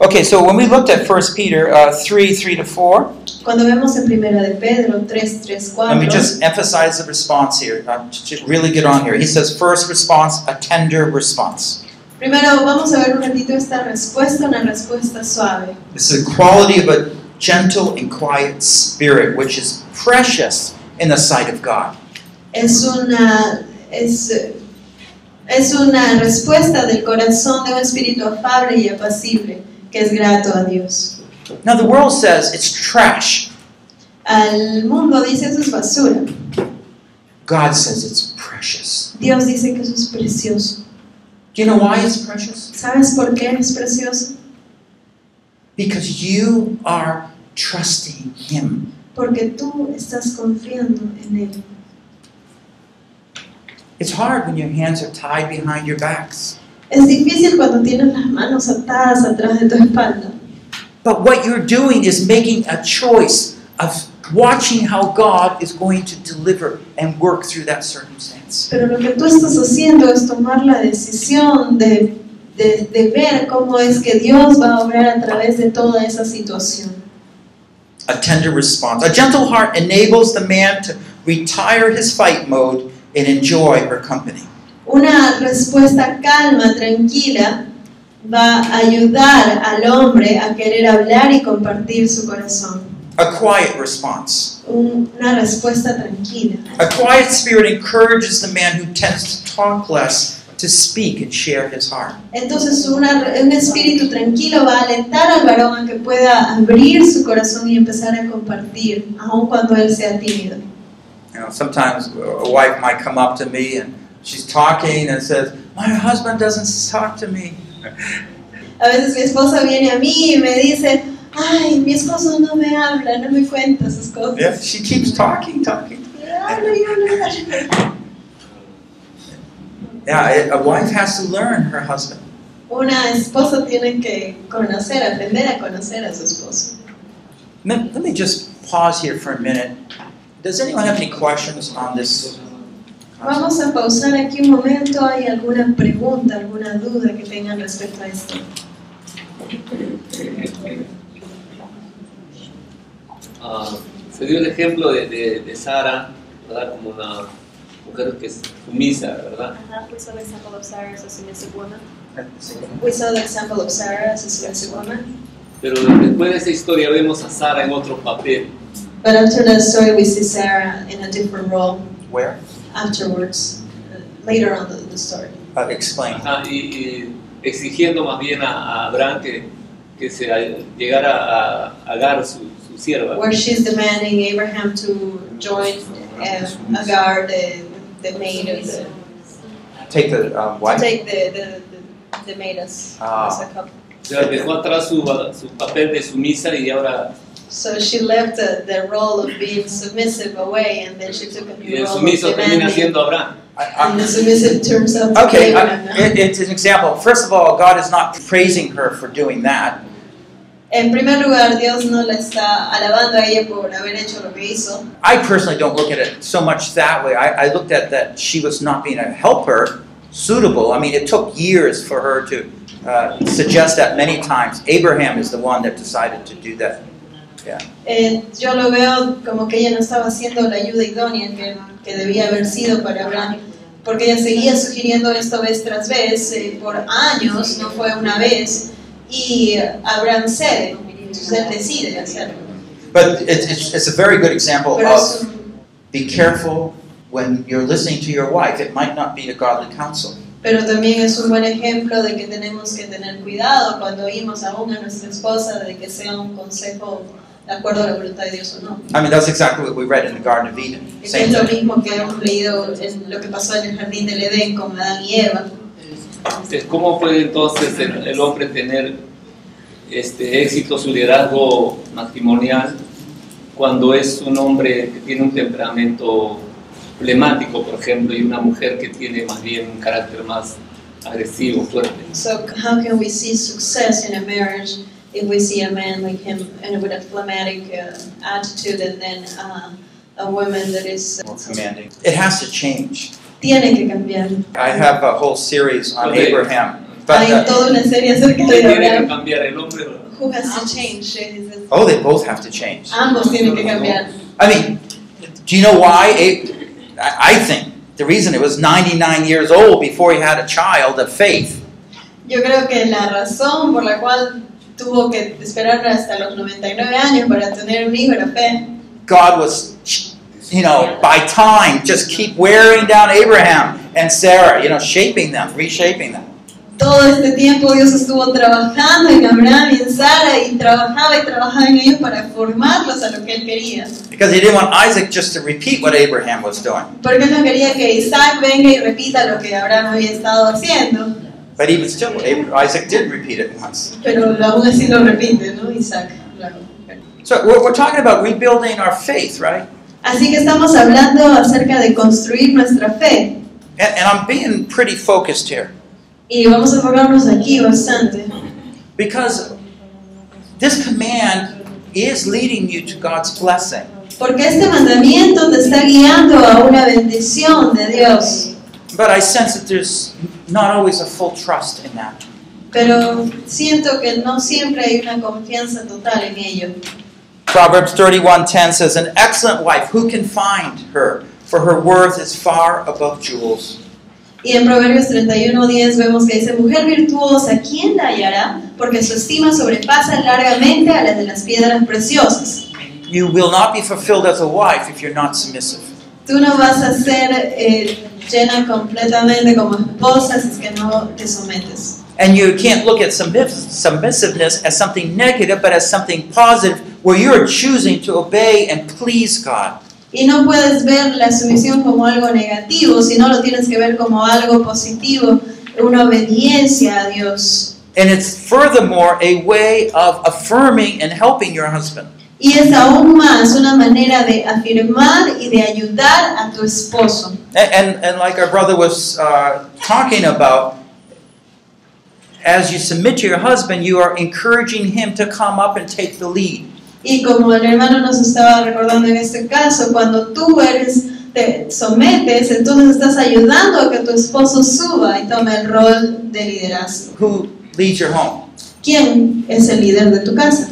[SPEAKER 3] Okay, so when we looked at 1 Peter uh, 3 3 to 4,
[SPEAKER 4] Cuando vemos en primera de Pedro 3, 3,
[SPEAKER 3] let
[SPEAKER 4] 4,
[SPEAKER 3] me just emphasize the response here. Uh, to to really get on here. He says, first response, a tender response.
[SPEAKER 4] primero vamos a ver un ratito esta respuesta, una respuesta suave.
[SPEAKER 3] This is the quality of a gentle and quiet spirit, which is precious in the sight of God.
[SPEAKER 4] Es una, es, es una respuesta del corazón de un espíritu afable y apacible que es grato a Dios.
[SPEAKER 3] Now, the world says it's trash.
[SPEAKER 4] Al mundo dice eso es basura,
[SPEAKER 3] God says it's precious.
[SPEAKER 4] Dios dice que eso es precioso.
[SPEAKER 3] Do you know why it's precious?
[SPEAKER 4] ¿Sabes por qué es precioso?
[SPEAKER 3] Because you are trusting Him.
[SPEAKER 4] Porque tú estás confiando en Él.
[SPEAKER 3] It's hard when your hands are tied behind your backs.
[SPEAKER 4] Es difícil cuando tienes las manos atadas atrás de tu espalda,
[SPEAKER 3] But what you're doing is making a choice of watching how God is going to deliver and work through that circumstance.
[SPEAKER 4] pero lo que tú estás haciendo es tomar la decisión de, de- de ver cómo es que Dios va a obrar a través de toda esa situación.
[SPEAKER 3] A tender response. A gentle heart enables the man to retire his fight mode and enjoy her company.
[SPEAKER 4] Una respuesta calma, tranquila, va a ayudar al hombre a querer hablar y compartir su corazón.
[SPEAKER 3] A quiet response.
[SPEAKER 4] Un- Una respuesta tranquila.
[SPEAKER 3] A quiet spirit encourages the man who tends to talk less to speak and share his heart.
[SPEAKER 4] Entonces una- un espíritu tranquilo va a alentar al varón a que pueda abrir su corazón y empezar a compartir, aun cuando él sea tímido.
[SPEAKER 3] You know, sometimes a wife might come up to me and she's talking and says, My husband doesn't talk to me.
[SPEAKER 4] A veces mi esposa viene a mí y me dice, ay, mi esposo no me habla, no me cuenta sus cosas.
[SPEAKER 3] Yeah, she keeps talking, talking.
[SPEAKER 4] Y habla y habla y habla.
[SPEAKER 3] Yeah, it- a wife has to learn her husband.
[SPEAKER 4] Una esposa tiene que conocer, aprender a conocer a su esposo.
[SPEAKER 3] Let, let me just pause here for a minute. Does anyone have any questions on this?
[SPEAKER 4] Vamos a pausar aquí un momento. ¿Hay alguna pregunta, alguna duda que tengan respecto a esto?
[SPEAKER 5] Ah, se dio el ejemplo de, de, de Sara, ¿verdad? Como una mujer que es sumisa, ¿verdad?
[SPEAKER 4] We saw the example of Sarah as a submissive woman. We saw the example of Sarah as a submissive woman.
[SPEAKER 5] Pero después de esa historia vemos a Sara en otro papel.
[SPEAKER 4] But after that story, we see Sarah in a different role
[SPEAKER 3] Where?
[SPEAKER 4] afterwards, uh, later on the, the story.
[SPEAKER 3] Uh, explain.
[SPEAKER 5] Ajá, y, y exigiendo más bien a, a Abraham que, que se a- llegara a, a Agar, su, su sierva.
[SPEAKER 4] Where she's demanding Abraham to join um, Agar, the, the maid of the.
[SPEAKER 3] Take the um,
[SPEAKER 4] to
[SPEAKER 3] wife.
[SPEAKER 4] take the, the, the, the maidens
[SPEAKER 3] Ah.
[SPEAKER 4] as a couple.
[SPEAKER 5] O sea, dejó atrás su, su papel de sumisa y ahora
[SPEAKER 4] So she left the, the role of being submissive away and then she took a
[SPEAKER 5] y
[SPEAKER 4] new
[SPEAKER 5] el
[SPEAKER 4] role of
[SPEAKER 5] sumiso termina
[SPEAKER 4] demanding.
[SPEAKER 5] siendo Ah. Abraham.
[SPEAKER 3] I-
[SPEAKER 4] And the
[SPEAKER 3] I-
[SPEAKER 4] submissive turns out to be
[SPEAKER 3] Okay, ah, eh. I,
[SPEAKER 4] Abraham.
[SPEAKER 3] it, it's an example. First of all, God is not praising her for doing that.
[SPEAKER 4] En primer lugar, Dios no la está alabando a ella por haber hecho lo que hizo.
[SPEAKER 3] I personally don't look at it so much that way. I, I looked at that she was not being a helper suitable. I mean, it took years for her to uh, suggest that many times. Abraham is the one that decided to do that.
[SPEAKER 4] Eh, yo lo veo como que ella no estaba haciendo la ayuda idónea que, que debía haber sido para Abraham, porque ella seguía sugiriendo esto vez tras vez, eh, por años, no fue una vez, y eh, Abraham cede, entonces él decide hacerlo.
[SPEAKER 3] But it, it's, it's a very good example
[SPEAKER 4] Pero es
[SPEAKER 3] of
[SPEAKER 4] un-
[SPEAKER 3] be careful when you're listening to your wife. It might not be a godly counsel.
[SPEAKER 4] Pero también es un buen ejemplo de que tenemos que tener cuidado cuando oímos aún a nuestra esposa de que sea un consejo de acuerdo a la voluntad de Dios o no.
[SPEAKER 3] I mean, that's exactly what we read in the Garden of Eden.
[SPEAKER 4] Que es
[SPEAKER 3] Same
[SPEAKER 4] lo
[SPEAKER 3] thing.
[SPEAKER 4] mismo que hemos leído en lo que pasó en el jardín del Edén con Adán y Eva.
[SPEAKER 5] Entonces, Este, ¿Cómo puede entonces el, el hombre tener este éxito su liderazgo matrimonial cuando es un hombre que tiene un temperamento problemático, por ejemplo, y una mujer que tiene más bien un carácter más agresivo, fuerte.
[SPEAKER 4] So how can we see success in a marriage if we see a man like him and with a phlegmatic uh, attitude and then uh, a woman that is uh,
[SPEAKER 3] More commanding. It has to change.
[SPEAKER 4] tiene que cambiar.
[SPEAKER 3] I have a whole series on
[SPEAKER 5] Okay.
[SPEAKER 3] Abraham. But
[SPEAKER 4] Hay
[SPEAKER 3] uh,
[SPEAKER 4] toda una serie acerca de
[SPEAKER 5] Tiene que
[SPEAKER 4] Abraham.
[SPEAKER 5] cambiar el hombre, ¿verdad?
[SPEAKER 4] Who has to change? It is-
[SPEAKER 3] oh, they both have to change.
[SPEAKER 4] Ambos tienen que cambiar.
[SPEAKER 3] I mean, do you know why? A- I I think the reason it was 99 years old before he had a child of faith.
[SPEAKER 4] Yo creo que la razón por la cual tuvo que esperar hasta los 99 años para tener un hijo era fe.
[SPEAKER 3] God was, you know, by time, just keep wearing down Abraham and Sarah, you know, shaping them, reshaping them.
[SPEAKER 4] Todo este tiempo Dios estuvo trabajando en Abraham y en Sara y trabajaba y trabajaba en ellos para formarlos a lo que él quería.
[SPEAKER 3] Because he didn't want Isaac just to repeat what Abraham was doing,
[SPEAKER 4] Porque él no quería que Isaac venga y repita lo que Abraham había estado haciendo,
[SPEAKER 3] but even still, Ab- Isaac did repeat it once.
[SPEAKER 4] pero aún así lo repite, ¿no? Isaac. claro.
[SPEAKER 3] So we're, we're talking about rebuilding our faith, right?
[SPEAKER 4] Así que estamos hablando acerca de construir nuestra fe
[SPEAKER 3] And, and I'm being pretty focused here.
[SPEAKER 4] y vamos a enfocarnos aquí bastante.
[SPEAKER 3] Because this command is leading you to God's blessing.
[SPEAKER 4] Porque este mandamiento te está guiando a una bendición de Dios.
[SPEAKER 3] But I sense that there's not always a full trust in that.
[SPEAKER 4] Pero siento que no siempre hay una confianza total en ello.
[SPEAKER 3] Proverbs 31:10 says, "An excellent wife who can find her, for her worth is far above jewels."
[SPEAKER 4] Y en Proverbios 31.10 vemos que dice, mujer virtuosa, ¿quién la hallará? Porque su estima sobrepasa largamente a la de las piedras preciosas.
[SPEAKER 3] You will not be fulfilled as a wife if you're not submissive.
[SPEAKER 4] Tú no vas a ser eh, llena completamente como esposa si es que no te sometes.
[SPEAKER 3] And you can't look at submis- submissiveness as something negative, but as something positive where you're choosing to obey and please God.
[SPEAKER 4] Y no puedes ver la sumisión como algo negativo, sino lo tienes que ver como algo positivo, una obediencia a Dios.
[SPEAKER 3] And it's furthermore a way of affirming and helping your husband.
[SPEAKER 4] Y es aún más una manera de afirmar y de ayudar a tu esposo.
[SPEAKER 3] A- And, and like our brother was uh, talking about, as you submit to your husband, you are encouraging him to come up and take the lead.
[SPEAKER 4] Y como el hermano nos estaba recordando en este caso, cuando tú eres, te sometes, entonces estás ayudando a que tu esposo suba y tome el rol de liderazgo.
[SPEAKER 3] Who leads your home?
[SPEAKER 4] ¿Quién es el líder de tu casa?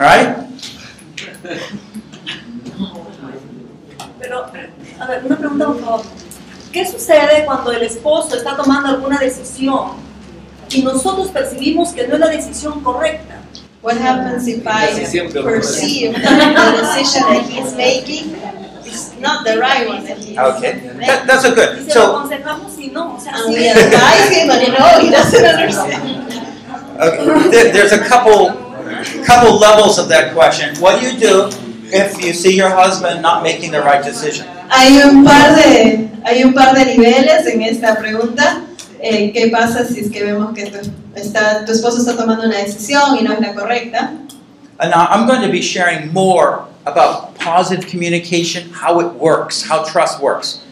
[SPEAKER 3] All right?
[SPEAKER 6] Pero, a ver, una pregunta por favor. ¿Qué sucede cuando el esposo está tomando alguna decisión y nosotros percibimos que no es la decisión correcta?
[SPEAKER 4] What happens if I
[SPEAKER 5] Casi siempre ocurre.
[SPEAKER 4] perceive that the decision that he is making is not the right one that he is
[SPEAKER 5] Ah,
[SPEAKER 3] Okay. That,
[SPEAKER 4] making?
[SPEAKER 3] that's a
[SPEAKER 6] Y
[SPEAKER 3] good.
[SPEAKER 6] se lo
[SPEAKER 3] So,
[SPEAKER 6] aconsejamos y no, o sea,
[SPEAKER 4] And
[SPEAKER 6] sí.
[SPEAKER 4] we advise him, but no, he doesn't understand.
[SPEAKER 3] okay, there- there's a couple, couple levels of that question. What do you do if you see your husband not making the right decision?
[SPEAKER 4] Hay un par de, hay un par de niveles en esta pregunta. Eh, ¿Qué pasa si es que vemos que tu, está, tu esposo está tomando una decisión y no es la correcta?
[SPEAKER 3] And now I'm going to be sharing more about positive communication, how it works, how trust works,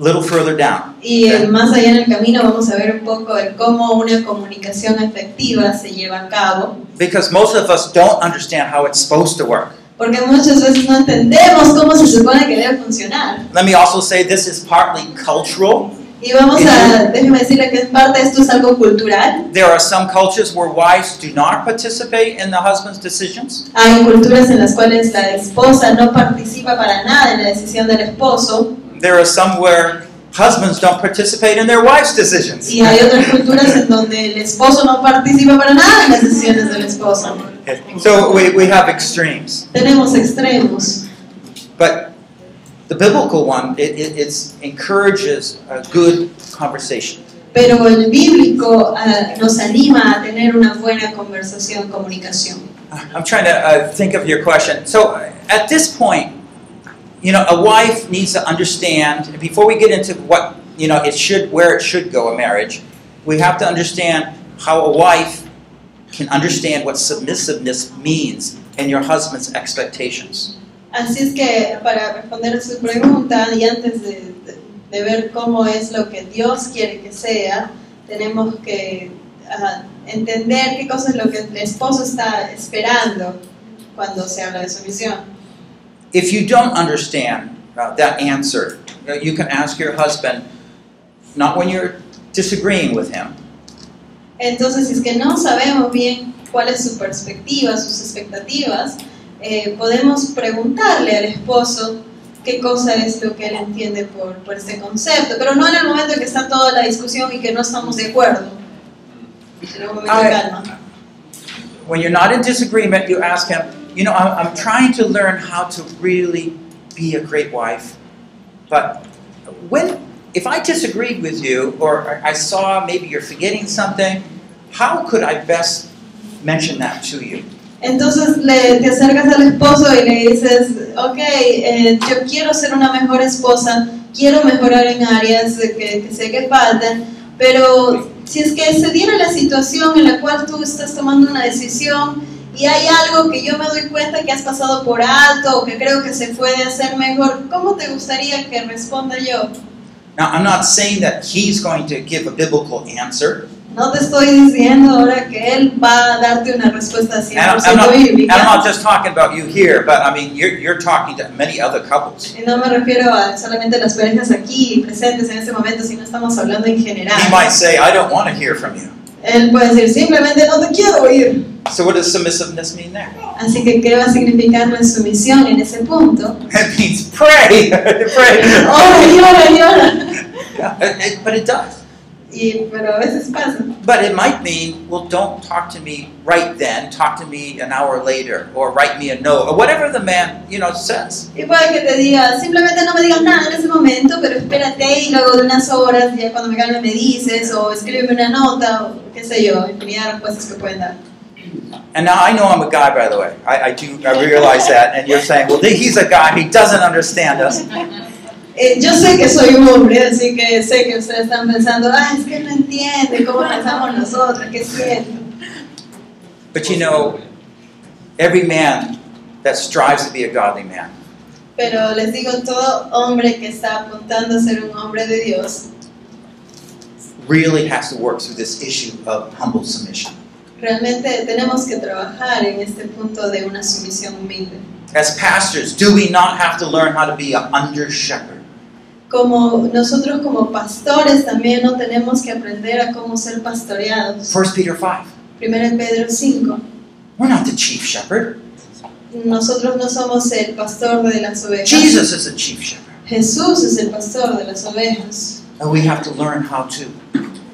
[SPEAKER 3] a little further down.
[SPEAKER 4] Y eh, más allá en el camino vamos a ver un poco de cómo una comunicación efectiva se lleva a cabo.
[SPEAKER 3] Because most of us don't understand how it's supposed to work.
[SPEAKER 4] Porque muchas veces no entendemos cómo se supone que debe funcionar.
[SPEAKER 3] Let me also say this is partly cultural.
[SPEAKER 4] Y vamos a, déjeme decirle que es parte de esto es algo cultural.
[SPEAKER 3] There are some cultures where wives do not participate in the husband's decisions.
[SPEAKER 4] Hay culturas en las cuales la esposa no participa para nada en la decisión del esposo.
[SPEAKER 3] There are some where husbands don't participate in their wives' decisions.
[SPEAKER 4] Y hay otras culturas en donde el esposo no participa para nada en las decisiones del esposo.
[SPEAKER 3] So we, we have extremes.
[SPEAKER 4] Tenemos extremos.
[SPEAKER 3] But the biblical one, it, it it's encourages a good conversation.
[SPEAKER 4] Pero el bíblico ah, nos anima a tener una buena conversación, comunicación.
[SPEAKER 3] I'm trying to uh, think of your question. So uh, at this point, you know, a wife needs to understand. Before we get into what you know, it should where it should go a marriage, we have to understand how a wife can understand what submissiveness means and your husband's expectations.
[SPEAKER 4] Así es que para responder a su pregunta y antes de, de- de ver cómo es lo que Dios quiere que sea, tenemos que ah, entender qué cosa es lo que el esposo está esperando cuando se habla de sumisión.
[SPEAKER 3] If you don't understand uh, that answer, you know, you can ask your husband, not when you're disagreeing with him,
[SPEAKER 4] Entonces, si es que no sabemos bien cuál es su perspectiva, sus expectativas, eh, podemos preguntarle al esposo qué cosa es lo que él entiende por, por este concepto, pero no en el momento en que está toda la discusión y que no estamos de acuerdo. En un momento de
[SPEAKER 3] Ahora-
[SPEAKER 4] calma.
[SPEAKER 3] when you're not in disagreement, you ask him, you know, I'm, I'm trying to learn how to really be a great wife. But when, if I disagreed with you, or I- I saw maybe you're forgetting something, how could I best mention that to you?
[SPEAKER 4] Entonces le, te acercas al esposo y le dices, ok, eh, yo quiero ser una mejor esposa, quiero mejorar en áreas eh, que, que sé que faltan, pero si es que se diera la situación en la cual tú estás tomando una decisión y hay algo que yo me doy cuenta que has pasado por alto o que creo que se puede hacer mejor, ¿cómo te gustaría que responda yo?
[SPEAKER 3] Now, I'm not saying that he's going to give a biblical answer,
[SPEAKER 4] No te estoy diciendo ahora que él va a darte una respuesta
[SPEAKER 3] and I'm,
[SPEAKER 4] 100%
[SPEAKER 3] I'm not, and
[SPEAKER 4] bíblica.
[SPEAKER 3] I'm not just talking about you here, but I mean, you're, you're talking to many other couples.
[SPEAKER 4] Y no me refiero a solamente las parejas aquí presentes en este momento, sino estamos hablando en
[SPEAKER 3] He
[SPEAKER 4] general.
[SPEAKER 3] might say, I don't want to hear from you.
[SPEAKER 4] Él puede decir simplemente no te quiero oír.
[SPEAKER 3] So, what does submissiveness mean there?
[SPEAKER 4] Así que, ¿qué va a significar la sumisión en ese punto? Oh,
[SPEAKER 3] It means pray, pray.
[SPEAKER 4] ¡Ora, y ora, y ora!
[SPEAKER 3] Yeah, it- it- but it does.
[SPEAKER 4] Y, pero a veces pasa.
[SPEAKER 3] But it might mean, well, don't talk to me right then. Talk to me an hour later, or write me a note, or whatever the man you know says.
[SPEAKER 4] Y puede que te diga, simplemente no me digas nada en ese momento, pero espérate y luego de unas horas, ya cuando me calme me dices, o escríbeme una nota, o qué sé yo, infinidad de respuestas que pueden dar.
[SPEAKER 3] And now I know I'm a guy, by the way. I, I do. I realize that. And you're saying, well, he's a guy. He doesn't understand us.
[SPEAKER 4] Eh, yo sé que soy un hombre, así que sé que ustedes están pensando, ah, es que no entiende cómo pensamos nosotros, qué siento.
[SPEAKER 3] But you know, every man that strives to be a godly man
[SPEAKER 4] Pero les digo, todo hombre que está apuntando a ser un hombre de Dios
[SPEAKER 3] really has to work through this issue of humble submission.
[SPEAKER 4] Realmente tenemos que trabajar en este punto de una sumisión humilde.
[SPEAKER 3] As pastors, do we not have to learn how to be an under shepherd?
[SPEAKER 4] Como nosotros como pastores también no tenemos que aprender a cómo ser pastoreados.
[SPEAKER 3] 1 Peter 5.
[SPEAKER 4] Primero en Pedro 5,
[SPEAKER 3] We're not the chief shepherd.
[SPEAKER 4] nosotros no somos el pastor de las ovejas.
[SPEAKER 3] Jesus is the chief shepherd.
[SPEAKER 4] Jesús es el pastor de las ovejas.
[SPEAKER 3] And we have to learn how to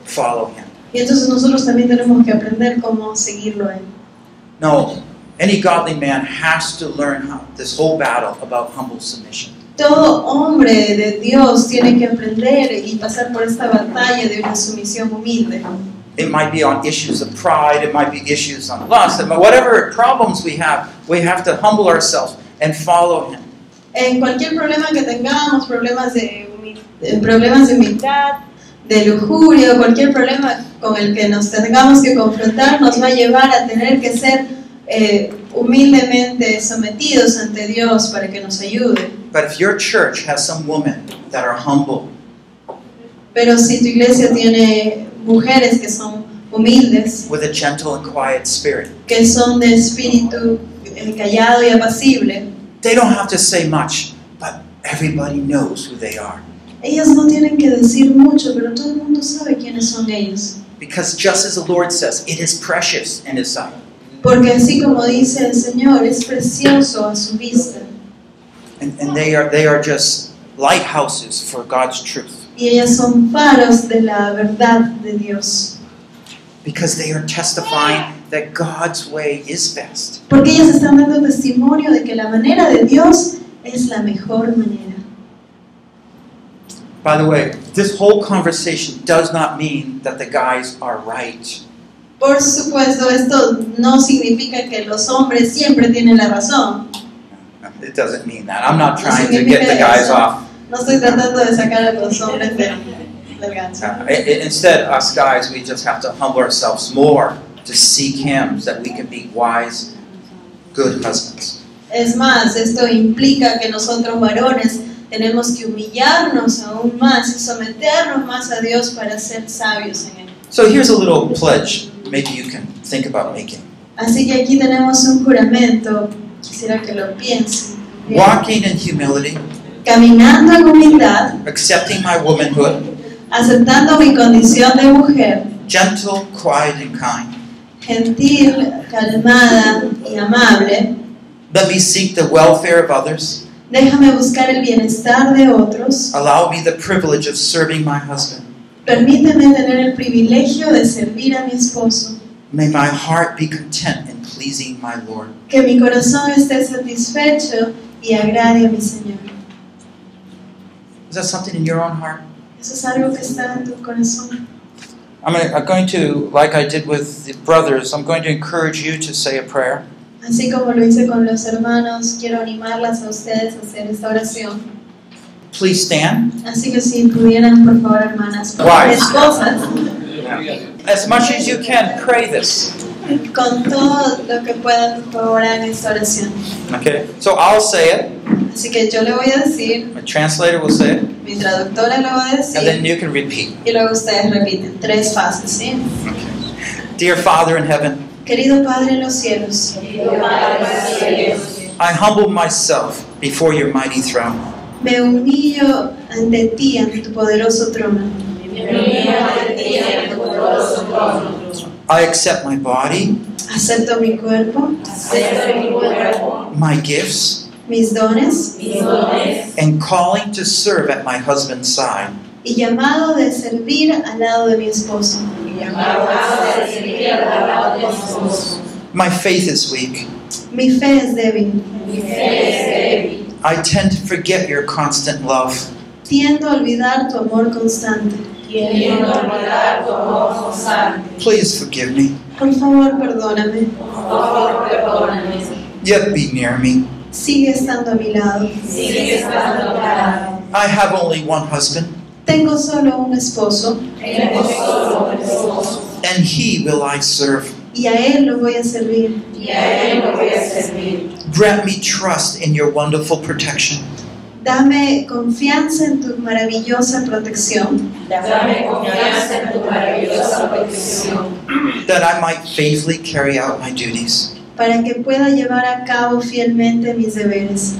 [SPEAKER 3] follow him.
[SPEAKER 4] Y entonces nosotros también tenemos que aprender cómo seguirlo a él.
[SPEAKER 3] No, any godly man has to learn how this whole battle about humble submission.
[SPEAKER 4] Todo hombre de Dios tiene que aprender y pasar por esta batalla de una sumisión humilde.
[SPEAKER 3] It might be on issues of pride, it might be issues on lust, it might- whatever problems we have, we have to humble ourselves and follow him.
[SPEAKER 4] En cualquier problema que tengamos, problemas de, humi- eh, problemas de humildad, de lujuria, cualquier problema con el que nos tengamos que confrontar, nos va a llevar a tener que ser eh, humildemente sometidos ante Dios para que nos ayude.
[SPEAKER 3] But if your church has some women that are humble,
[SPEAKER 4] Pero si tu iglesia tiene mujeres que son humildes,
[SPEAKER 3] with a gentle and quiet spirit,
[SPEAKER 4] que son de espíritu eh, callado y apacible,
[SPEAKER 3] they don't have to say much, but everybody knows who they are.
[SPEAKER 4] ellas no tienen que decir mucho, pero todo el mundo sabe quiénes son ellos.
[SPEAKER 3] Because just as the Lord says, it is precious in His sight.
[SPEAKER 4] Porque así como dice el Señor, es precioso a su vista.
[SPEAKER 3] And, and they, are, they are just lighthouses for God's truth
[SPEAKER 4] Y ellas son faros de la verdad de Dios.
[SPEAKER 3] because they are testifying that God's way is best.
[SPEAKER 4] Porque ellas están dando testimonio de que la manera de Dios es la mejor manera.
[SPEAKER 3] By the way, this whole conversation does not mean that the guys are right.
[SPEAKER 4] Por supuesto, esto no significa que los hombres siempre tienen la razón.
[SPEAKER 3] It doesn't mean that. I'm not trying to get the guys off.
[SPEAKER 4] No estoy tratando de sacar a los hombres del, del gancho.
[SPEAKER 3] Uh, i- i- instead, us guys, we just have to humble ourselves more to seek Him so that we can be wise good husbands.
[SPEAKER 4] Es más, esto implica que nosotros varones tenemos que humillarnos aún más y someternos más a Dios para ser sabios en Él.
[SPEAKER 3] So here's a little pledge maybe you can think about making.
[SPEAKER 4] Así que aquí tenemos un juramento, quisiera que lo piensen. Bien.
[SPEAKER 3] Walking in humility,
[SPEAKER 4] Caminando en humildad,
[SPEAKER 3] accepting my womanhood,
[SPEAKER 4] aceptando mi condición de mujer,
[SPEAKER 3] gentle, quiet, and kind.
[SPEAKER 4] gentil, calmada y amable,
[SPEAKER 3] Let me seek the welfare of others.
[SPEAKER 4] déjame buscar el bienestar de otros,
[SPEAKER 3] Allow me the privilege of serving my husband.
[SPEAKER 4] permíteme tener el privilegio de servir a mi esposo,
[SPEAKER 3] May my heart be content in pleasing my Lord.
[SPEAKER 4] que mi corazón esté satisfecho y agrade a mi Señor.
[SPEAKER 3] Is that something in your own heart?
[SPEAKER 4] Eso es algo que está en tu corazón.
[SPEAKER 3] I'm, gonna, I'm going to, like I did with the brothers, I'm going to encourage you to say a prayer.
[SPEAKER 4] Así como lo hice con los hermanos, quiero animarlas a ustedes a hacer esta oración.
[SPEAKER 3] Please stand.
[SPEAKER 4] Así que si pudieran, por favor, hermanas, con
[SPEAKER 3] Guys.
[SPEAKER 4] esposas,
[SPEAKER 3] As much as you can, pray this.
[SPEAKER 4] con todo lo que puedan, por favor, hagan esta oración.
[SPEAKER 3] Okay? So I'll say it,
[SPEAKER 4] Así que yo le voy a decir,
[SPEAKER 3] my translator will say it,
[SPEAKER 4] mi traductora le va a
[SPEAKER 3] and
[SPEAKER 4] decir,
[SPEAKER 3] then you can repeat.
[SPEAKER 4] y luego ustedes repiten. Tres fases, ¿sí?
[SPEAKER 3] Dear Father in heaven,
[SPEAKER 4] Querido Padre en los cielos,
[SPEAKER 3] I humble myself before your mighty throne.
[SPEAKER 4] me humillo ante ti, ante tu poderoso trono.
[SPEAKER 3] I accept my body,
[SPEAKER 4] Acepto mi cuerpo,
[SPEAKER 3] my gifts,
[SPEAKER 4] mis dones
[SPEAKER 3] and calling to serve at my husband's side.
[SPEAKER 4] y llamado de servir al lado de mi esposo.
[SPEAKER 3] My faith is weak.
[SPEAKER 4] Mi fe es débil.
[SPEAKER 3] I tend to forget your constant love.
[SPEAKER 4] Tiendo a olvidar tu amor constante.
[SPEAKER 3] Please forgive me,
[SPEAKER 4] Por favor, perdóname.
[SPEAKER 3] yet be near me.
[SPEAKER 4] Sigue estando a mi lado.
[SPEAKER 3] I have only one husband,
[SPEAKER 4] Tengo solo un esposo
[SPEAKER 3] and he will I serve.
[SPEAKER 4] y a él lo voy a servir.
[SPEAKER 3] Grant me trust in your wonderful protection.
[SPEAKER 4] Dame confianza en tu maravillosa protección
[SPEAKER 3] that I might faithfully carry out my duties.
[SPEAKER 4] para que pueda llevar a cabo fielmente mis deberes,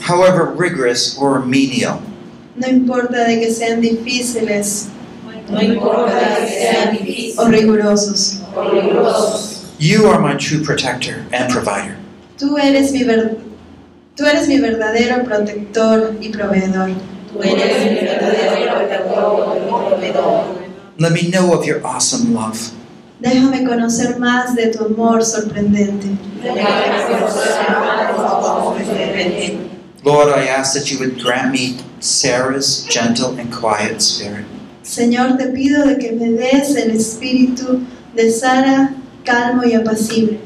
[SPEAKER 3] However rigorous or menial,
[SPEAKER 4] no importa de que sean difíciles
[SPEAKER 7] No importa que sean difíciles
[SPEAKER 4] o rigurosos.
[SPEAKER 7] o peligrosos,
[SPEAKER 3] you are my true protector and provider.
[SPEAKER 4] Tú eres mi ver- Tú eres mi verdadero protector y proveedor.
[SPEAKER 7] tú eres mi verdadero protector y proveedor.
[SPEAKER 3] Let me know of your awesome love.
[SPEAKER 4] Déjame conocer más de tu amor sorprendente.
[SPEAKER 7] Déjame conocer más de tu amor sorprendente.
[SPEAKER 3] Lord, I ask that you would grant me Sarah's gentle and quiet spirit,
[SPEAKER 4] Señor, te pido de que me des el espíritu de Sara, calmo y apacible,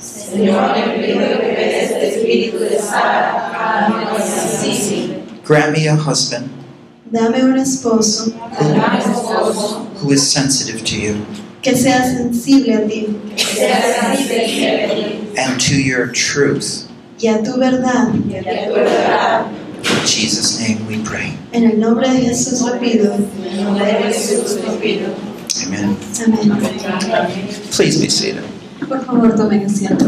[SPEAKER 7] Señor, te pido que me des el espíritu de Sara, calma y así.
[SPEAKER 3] grant me a husband
[SPEAKER 4] dame un esposo
[SPEAKER 7] Dame esposo,
[SPEAKER 3] who is sensitive to you
[SPEAKER 4] que sea sensible a ti
[SPEAKER 7] que seas sensible a ti
[SPEAKER 3] and to your truth.
[SPEAKER 4] y a tu verdad.
[SPEAKER 7] y a tu verdad.
[SPEAKER 3] In Jesus' name we pray.
[SPEAKER 4] En el nombre de Jesús lo pido.
[SPEAKER 7] En el nombre de Jesús te pido.
[SPEAKER 3] Amen.
[SPEAKER 4] Amén.
[SPEAKER 3] Please be seated.
[SPEAKER 4] Por favor, tomen asiento.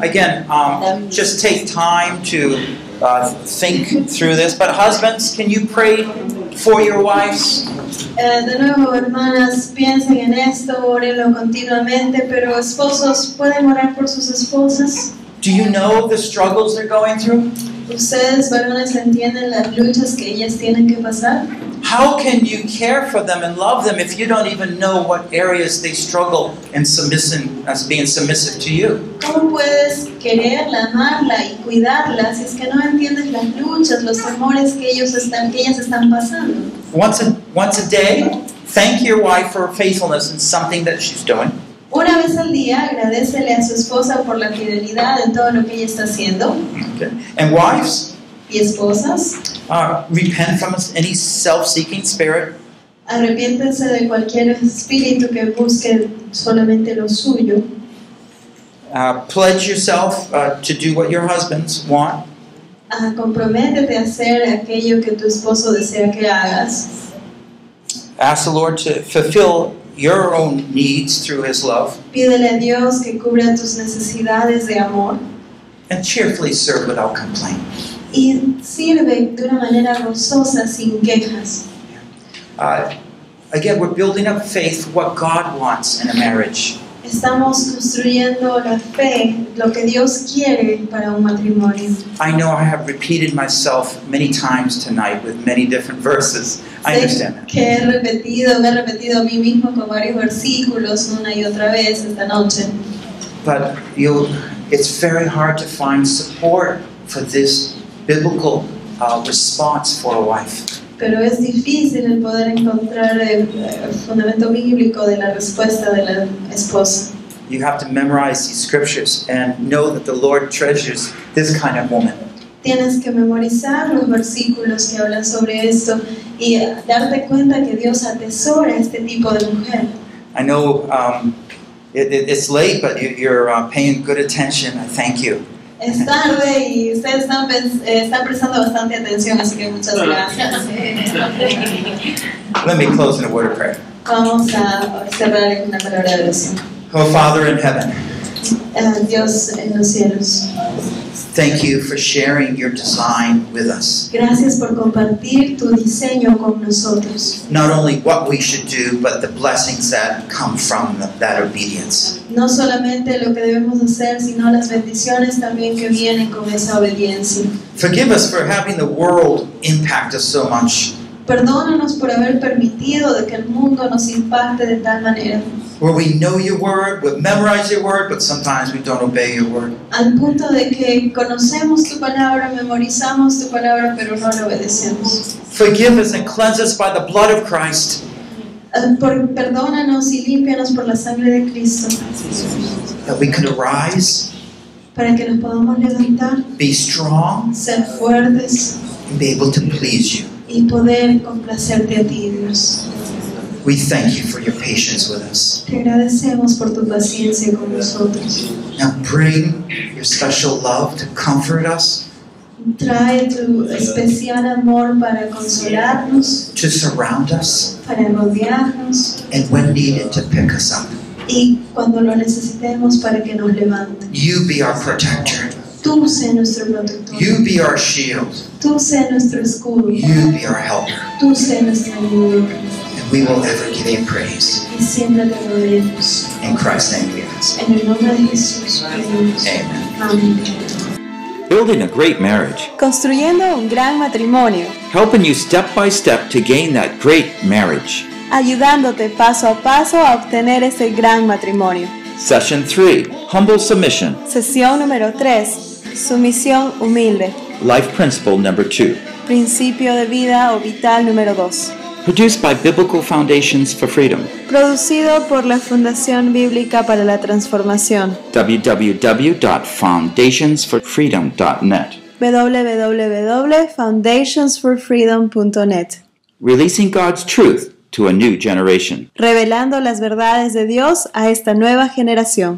[SPEAKER 3] Again, um, just take time to uh, think through this. But husbands, can you pray for your wives?
[SPEAKER 4] Eh, de nuevo, hermanas, piensen en esto, órenlo continuamente, pero esposos, ¿pueden orar por sus esposas?
[SPEAKER 3] Do you know the struggles they're going through?
[SPEAKER 4] ¿Ustedes, varones, entienden las luchas que ellas tienen que pasar?
[SPEAKER 3] How can you care for them and love them if you don't even know what areas they struggle in submissing as being submissive to you?
[SPEAKER 4] ¿Cómo puedes quererla, amarla y cuidarla si es que no entiendes las luchas, los temores que ellos están, que ellas están pasando?
[SPEAKER 3] Once a once a day, thank your wife for her faithfulness in something that she's doing.
[SPEAKER 4] Una vez al día agradecele a su esposa por la fidelidad en todo lo que ella está haciendo
[SPEAKER 3] And wives,
[SPEAKER 4] y esposas.
[SPEAKER 3] uh, repent from any self-seeking spirit
[SPEAKER 4] Arrepiéntanse de cualquier espíritu que busque solamente lo suyo.
[SPEAKER 3] Uh, pledge yourself uh, to do what your husbands want.
[SPEAKER 4] Ah, comprométete a hacer aquello que tu esposo desea que hagas.
[SPEAKER 3] Ask the Lord to fulfill your own needs through His love,
[SPEAKER 4] Pídele a Dios que cubra tus necesidades de amor.
[SPEAKER 3] and cheerfully serve without complaint.
[SPEAKER 4] Y sirve de una manera gozosa, sin quejas.
[SPEAKER 3] Uh, again, we're building up faith, what God wants in a marriage.
[SPEAKER 4] Estamos construyendo la fe, lo que Dios quiere para un matrimonio.
[SPEAKER 3] I know I have repeated myself many times tonight with many different verses.
[SPEAKER 4] Sé
[SPEAKER 3] I understand that.
[SPEAKER 4] que he repetido, me he repetido a mí mismo con varios versículos una y otra vez esta noche.
[SPEAKER 3] But you, it's very hard to find support for this biblical uh, response for a wife.
[SPEAKER 4] Pero es difícil el poder encontrar el, eh, fundamento bíblico de la respuesta de la esposa.
[SPEAKER 3] You have to memorize these scriptures and know that the Lord treasures this kind of woman.
[SPEAKER 4] Tienes que memorizar los versículos que hablan sobre esto y eh, darte cuenta que Dios atesora este tipo de mujer.
[SPEAKER 3] I know um, it, it, it's late, but you, you're uh, paying good attention. I thank you.
[SPEAKER 4] Es tarde y ustedes están, pens- eh, están prestando bastante atención, así que muchas gracias.
[SPEAKER 3] Let me close in a word of prayer.
[SPEAKER 4] Vamos a cerrar en una palabra de oración.
[SPEAKER 3] Oh, Father in heaven.
[SPEAKER 4] Eh, Dios en los cielos,
[SPEAKER 3] Thank you for sharing your design with us.
[SPEAKER 4] gracias por compartir tu diseño con nosotros.
[SPEAKER 3] Not only what we should do, but the blessings that come from th- that obedience.
[SPEAKER 4] No solamente lo que debemos hacer, sino las bendiciones también que vienen con esa obediencia.
[SPEAKER 3] Forgive us for having the world impact us so much,
[SPEAKER 4] Perdónanos por haber permitido de que el mundo nos impacte de tal manera,
[SPEAKER 3] where we know your word, we memorize your word, but sometimes we don't obey your word.
[SPEAKER 4] al punto de que conocemos tu palabra, memorizamos tu palabra, pero no la obedecemos.
[SPEAKER 3] Forgive us and cleanse us by the blood of Christ.
[SPEAKER 4] Eh, por- perdónanos y límpianos por la sangre de Cristo,
[SPEAKER 3] that we could arise,
[SPEAKER 4] para que nos podamos levantar,
[SPEAKER 3] be strong,
[SPEAKER 4] ser fuertes
[SPEAKER 3] and be able to please you.
[SPEAKER 4] y poder complacerte a ti, Dios.
[SPEAKER 3] We thank you for your patience with us.
[SPEAKER 4] Te agradecemos por tu paciencia con nosotros.
[SPEAKER 3] Now bring your special love to comfort us,
[SPEAKER 4] Trae tu especial amor para consolarnos,
[SPEAKER 3] to surround us,
[SPEAKER 4] para rodearnos
[SPEAKER 3] and when needed, to pick us up.
[SPEAKER 4] y cuando lo necesitemos para que nos levante.
[SPEAKER 3] You be our protector.
[SPEAKER 4] Tú sé nuestro protector,
[SPEAKER 3] You be our shield.
[SPEAKER 4] tú sé nuestro escudo,
[SPEAKER 3] You be our helper.
[SPEAKER 4] tú sé nuestro ayudo
[SPEAKER 3] And we will ever give you praise.
[SPEAKER 4] y siempre te rodearemos.
[SPEAKER 3] In Christ's name we ask.
[SPEAKER 4] En el nombre de Jesús, pedimos.
[SPEAKER 3] Amen.
[SPEAKER 4] Amén.
[SPEAKER 1] Building a great marriage,
[SPEAKER 2] Construyendo un gran matrimonio,
[SPEAKER 1] helping you step by step to gain that great marriage.
[SPEAKER 2] ayudándote paso a paso a obtener ese gran matrimonio.
[SPEAKER 1] Session 3 Humble Submission,
[SPEAKER 2] Sesión número 3. Sumisión humilde.
[SPEAKER 1] Life Principle Number 2.
[SPEAKER 2] Principio de vida o vital número 2.
[SPEAKER 1] Produced by Biblical Foundations for Freedom,
[SPEAKER 2] Producido por la Fundación Bíblica para la Transformación.
[SPEAKER 1] www.foundationsforfreedom.net.
[SPEAKER 2] www.foundationsforfreedom.net.
[SPEAKER 1] Releasing God's truth to a new generation.
[SPEAKER 2] Revelando las verdades de Dios a esta nueva generación.